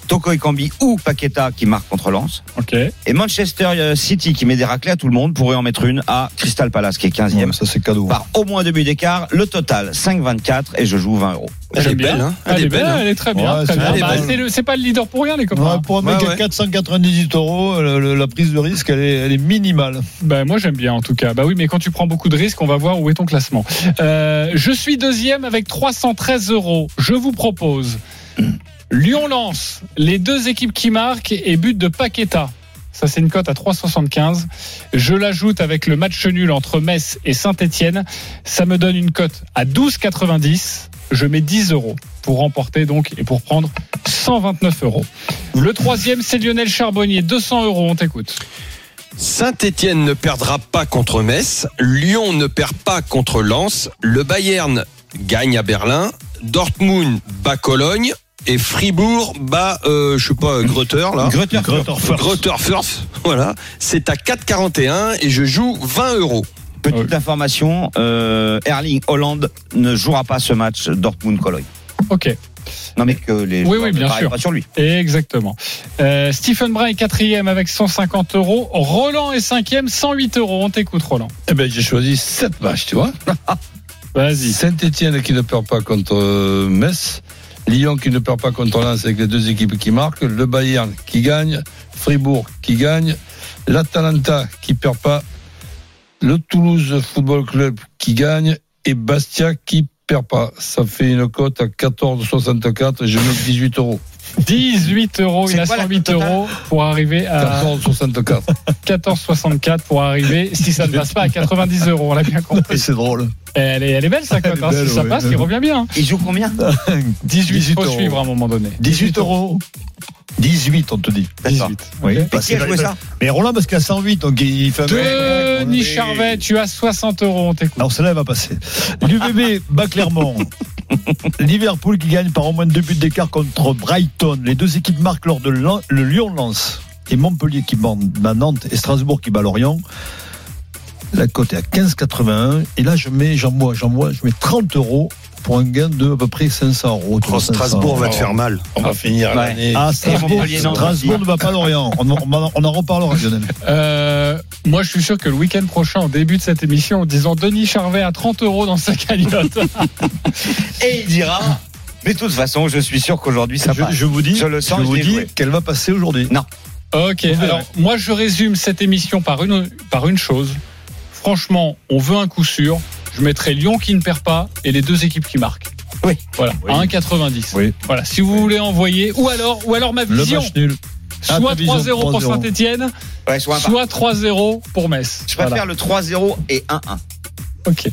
S5: Toko Ekambi ou Paqueta qui marque contre Lens.
S1: Ok.
S5: Et Manchester euh, City qui met des raclés à tout le monde pourrait en mettre une à Crystal Palace qui est 15e.
S8: Ouais, ça, c'est cadeau.
S1: Bah,
S5: Par au moins deux buts d'écart, le total 5,24 et je joue 20 euros.
S2: Elle est
S1: J'aime bien.
S2: belle, hein
S1: Elle, est belle,
S2: hein.
S1: elle est très bien.
S8: Ouais,
S1: très
S8: c'est-
S1: bien.
S8: elle est
S1: Bah,
S8: belle.
S1: c'est le- c'est pas le leader pour rien, les copains.
S8: Ouais, pour un mec
S2: Ouais,
S8: à
S2: ouais.
S8: 498 euros, le, le- la prise de risque, elle est, elle est minimale.
S1: Bah, moi, j'aime bien, en tout cas. Bah oui, mais quand tu prends beaucoup de risques, on va voir où est ton classement. Euh, je suis deuxième avec 313 euros. Je vous propose Lyon-Lens, les deux équipes qui marquent et but de Paqueta. Ça, c'est une cote à 3,75. Je l'ajoute avec le match nul entre Metz et Saint-Etienne. Ça me donne une cote à 12,90. Je mets 10 euros pour remporter donc et pour prendre 129 euros. Le troisième, c'est Lionel Charbonnier. 200 euros, on t'écoute.
S2: Saint-Étienne ne perdra pas contre Metz, Lyon ne perd pas contre Lens, le Bayern gagne à Berlin, Dortmund bat Cologne et Fribourg bat euh, je sais pas euh, Greuther là.
S5: Grutter,
S2: Greuther Firth, voilà, c'est à 4,41 et je joue 20 euros.
S5: Petite information, euh, Erling Hollande ne jouera pas ce match Dortmund-Cologne.
S1: Ok.
S5: Non mais que les
S1: Oui,
S5: joueurs
S1: oui,
S5: ne
S1: bien
S5: parlent
S1: sûr.
S5: pas sur lui.
S1: Exactement. Euh, Stephen Brun est quatrième avec 150 euros. Roland est cinquième, 108 euros. On t'écoute, Roland.
S4: Eh ben, j'ai choisi 7 matchs, tu vois.
S1: Vas-y.
S4: Saint-Etienne qui ne perd pas contre euh, Metz. Lyon qui ne perd pas contre Lens avec les deux équipes qui marquent. Le Bayern qui gagne. Fribourg qui gagne. L'Atalanta qui perd pas. Le Toulouse Football Club qui gagne. Et Bastia qui perd pas. Ça fait une cote à 14,64 et je mets 18 euros.
S1: 18 euros,
S5: C'est
S1: il a
S5: quoi la
S1: 108
S5: totale
S1: euros pour arriver
S8: Ah.
S1: à
S4: 14,64.
S1: 14,64 pour arriver, si ça ne passe pas, à 90 euros. On l'a bien compris.
S8: Et c'est drôle.
S1: Elle est, elle est belle, sa cote.
S8: est
S1: hein.
S8: belle,
S1: si ça
S8: ouais.
S1: passe, il revient bien. hein.
S5: Il joue combien
S1: 18,
S8: 18
S1: faut
S8: euros.
S1: suivre à un moment donné.
S8: 18 euros. 18, on te dit.
S5: D'accord.
S1: 18.
S8: Oui.
S1: Ok.
S8: Bah,
S5: Mais qui a
S8: c'est-
S5: joué ça
S8: Mais Roland, parce qu'il a 108, donc il fait un mec.
S1: Denis Charvet, tu as 60 euros. On t'écoute.
S8: Alors celle-là elle va passer. L'UVB bat Clermont. Liverpool qui gagne par au moins deux buts d'écart contre Brighton. Les deux équipes marquent lors de l'an- le Lyon-Lance. Et Montpellier qui bat bat Nantes et Strasbourg qui bat Lorient. La cote est à 15,81. Et là, je mets, j'envoie, j'envoie, je mets 30 euros pour un gain de à peu près 500 euros. autour de 500
S11: Oh, Strasbourg va te faire mal.
S4: On va finir
S5: Ouais.
S4: l'année.
S8: Ah, Strasbourg,
S5: Montpellier, Nantes.
S8: Strasbourg ne va pas Lorient. On, on- on en reparlera, Lionel.
S1: Euh, moi, je suis sûr que le week-end prochain, au début de cette émission, en disant Denis Charvet à 30 euros dans sa cagnotte.
S5: Et il dira, mais de toute façon, je suis sûr qu'aujourd'hui ça
S8: Je,
S5: passe.
S8: je vous dis,
S5: Je le sens,
S8: je
S5: je
S8: vous
S5: l'ai
S8: dis
S5: joué.
S8: qu'elle va passer aujourd'hui.
S1: Ok, alors moi je résume cette émission par une, par une chose. Franchement, on veut un coup sûr. Je mettrai Lyon qui ne perd pas et les deux équipes qui marquent.
S5: Oui.
S1: Voilà, à 1,90.
S8: Oui.
S1: Voilà, si vous voulez envoyer, ou alors, ou alors ma
S8: Le
S1: vision,
S8: match nul. Ah,
S1: soit
S8: ta vision,
S1: 3-0 pour
S8: 3-0.
S1: Saint-Etienne,
S5: Ouais, soit un par-
S1: soit 3-0 pour Metz.
S5: Je
S1: Voilà.
S5: préfère le 3-0 et 1-1.
S1: Ok.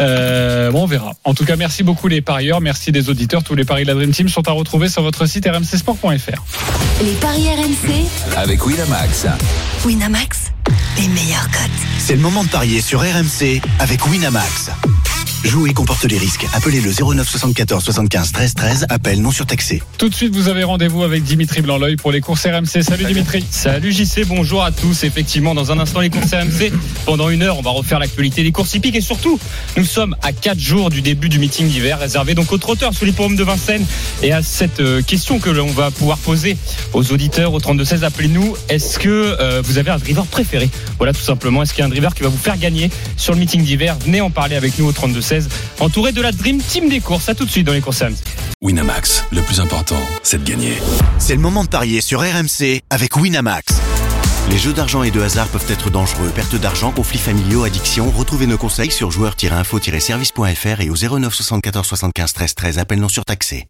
S1: Euh, bon, on verra. En tout cas, merci beaucoup les parieurs, merci des auditeurs. Tous les paris de la Dream Team sont à retrouver sur votre site rmcsport.fr.
S3: Les paris RMC.
S6: Avec Winamax.
S3: Winamax. Les meilleurs cotes.
S11: C'est le moment de parier sur RMC avec Winamax. Jouer comporte les risques. Appelez le 09 74 75 13 13. Appel non surtaxé.
S12: Tout de suite, vous avez rendez-vous avec Dimitri Blanc-L'Oeil pour les courses RMC. Salut, Dimitri.
S1: Salut JC, bonjour à tous. Effectivement, dans un instant, les courses AMC. Pendant une heure, on va refaire l'actualité des courses hippiques. Et surtout, nous sommes à 4 jours du début du meeting d'hiver réservé donc aux trotteurs sous les pommes de Vincennes. Et à cette euh, question que l'on va pouvoir poser aux auditeurs au 32-16, appelez-nous. Est-ce que euh, vous avez un driver préféré Voilà, tout simplement. Est-ce qu'il y a un driver qui va vous faire gagner sur le meeting d'hiver Venez en parler avec nous au 32-16, entouré de la Dream Team des courses. À tout de suite dans les courses AMC.
S4: Winamax, le plus important, c'est de gagner.
S11: C'est le moment de parier sur RMC avec Winamax. Les jeux d'argent et de hasard peuvent être dangereux. Perte d'argent, conflits familiaux, addiction. Retrouvez nos conseils sur joueurs-info-service.fr et au 09 74 75 13 13. Appel non surtaxé.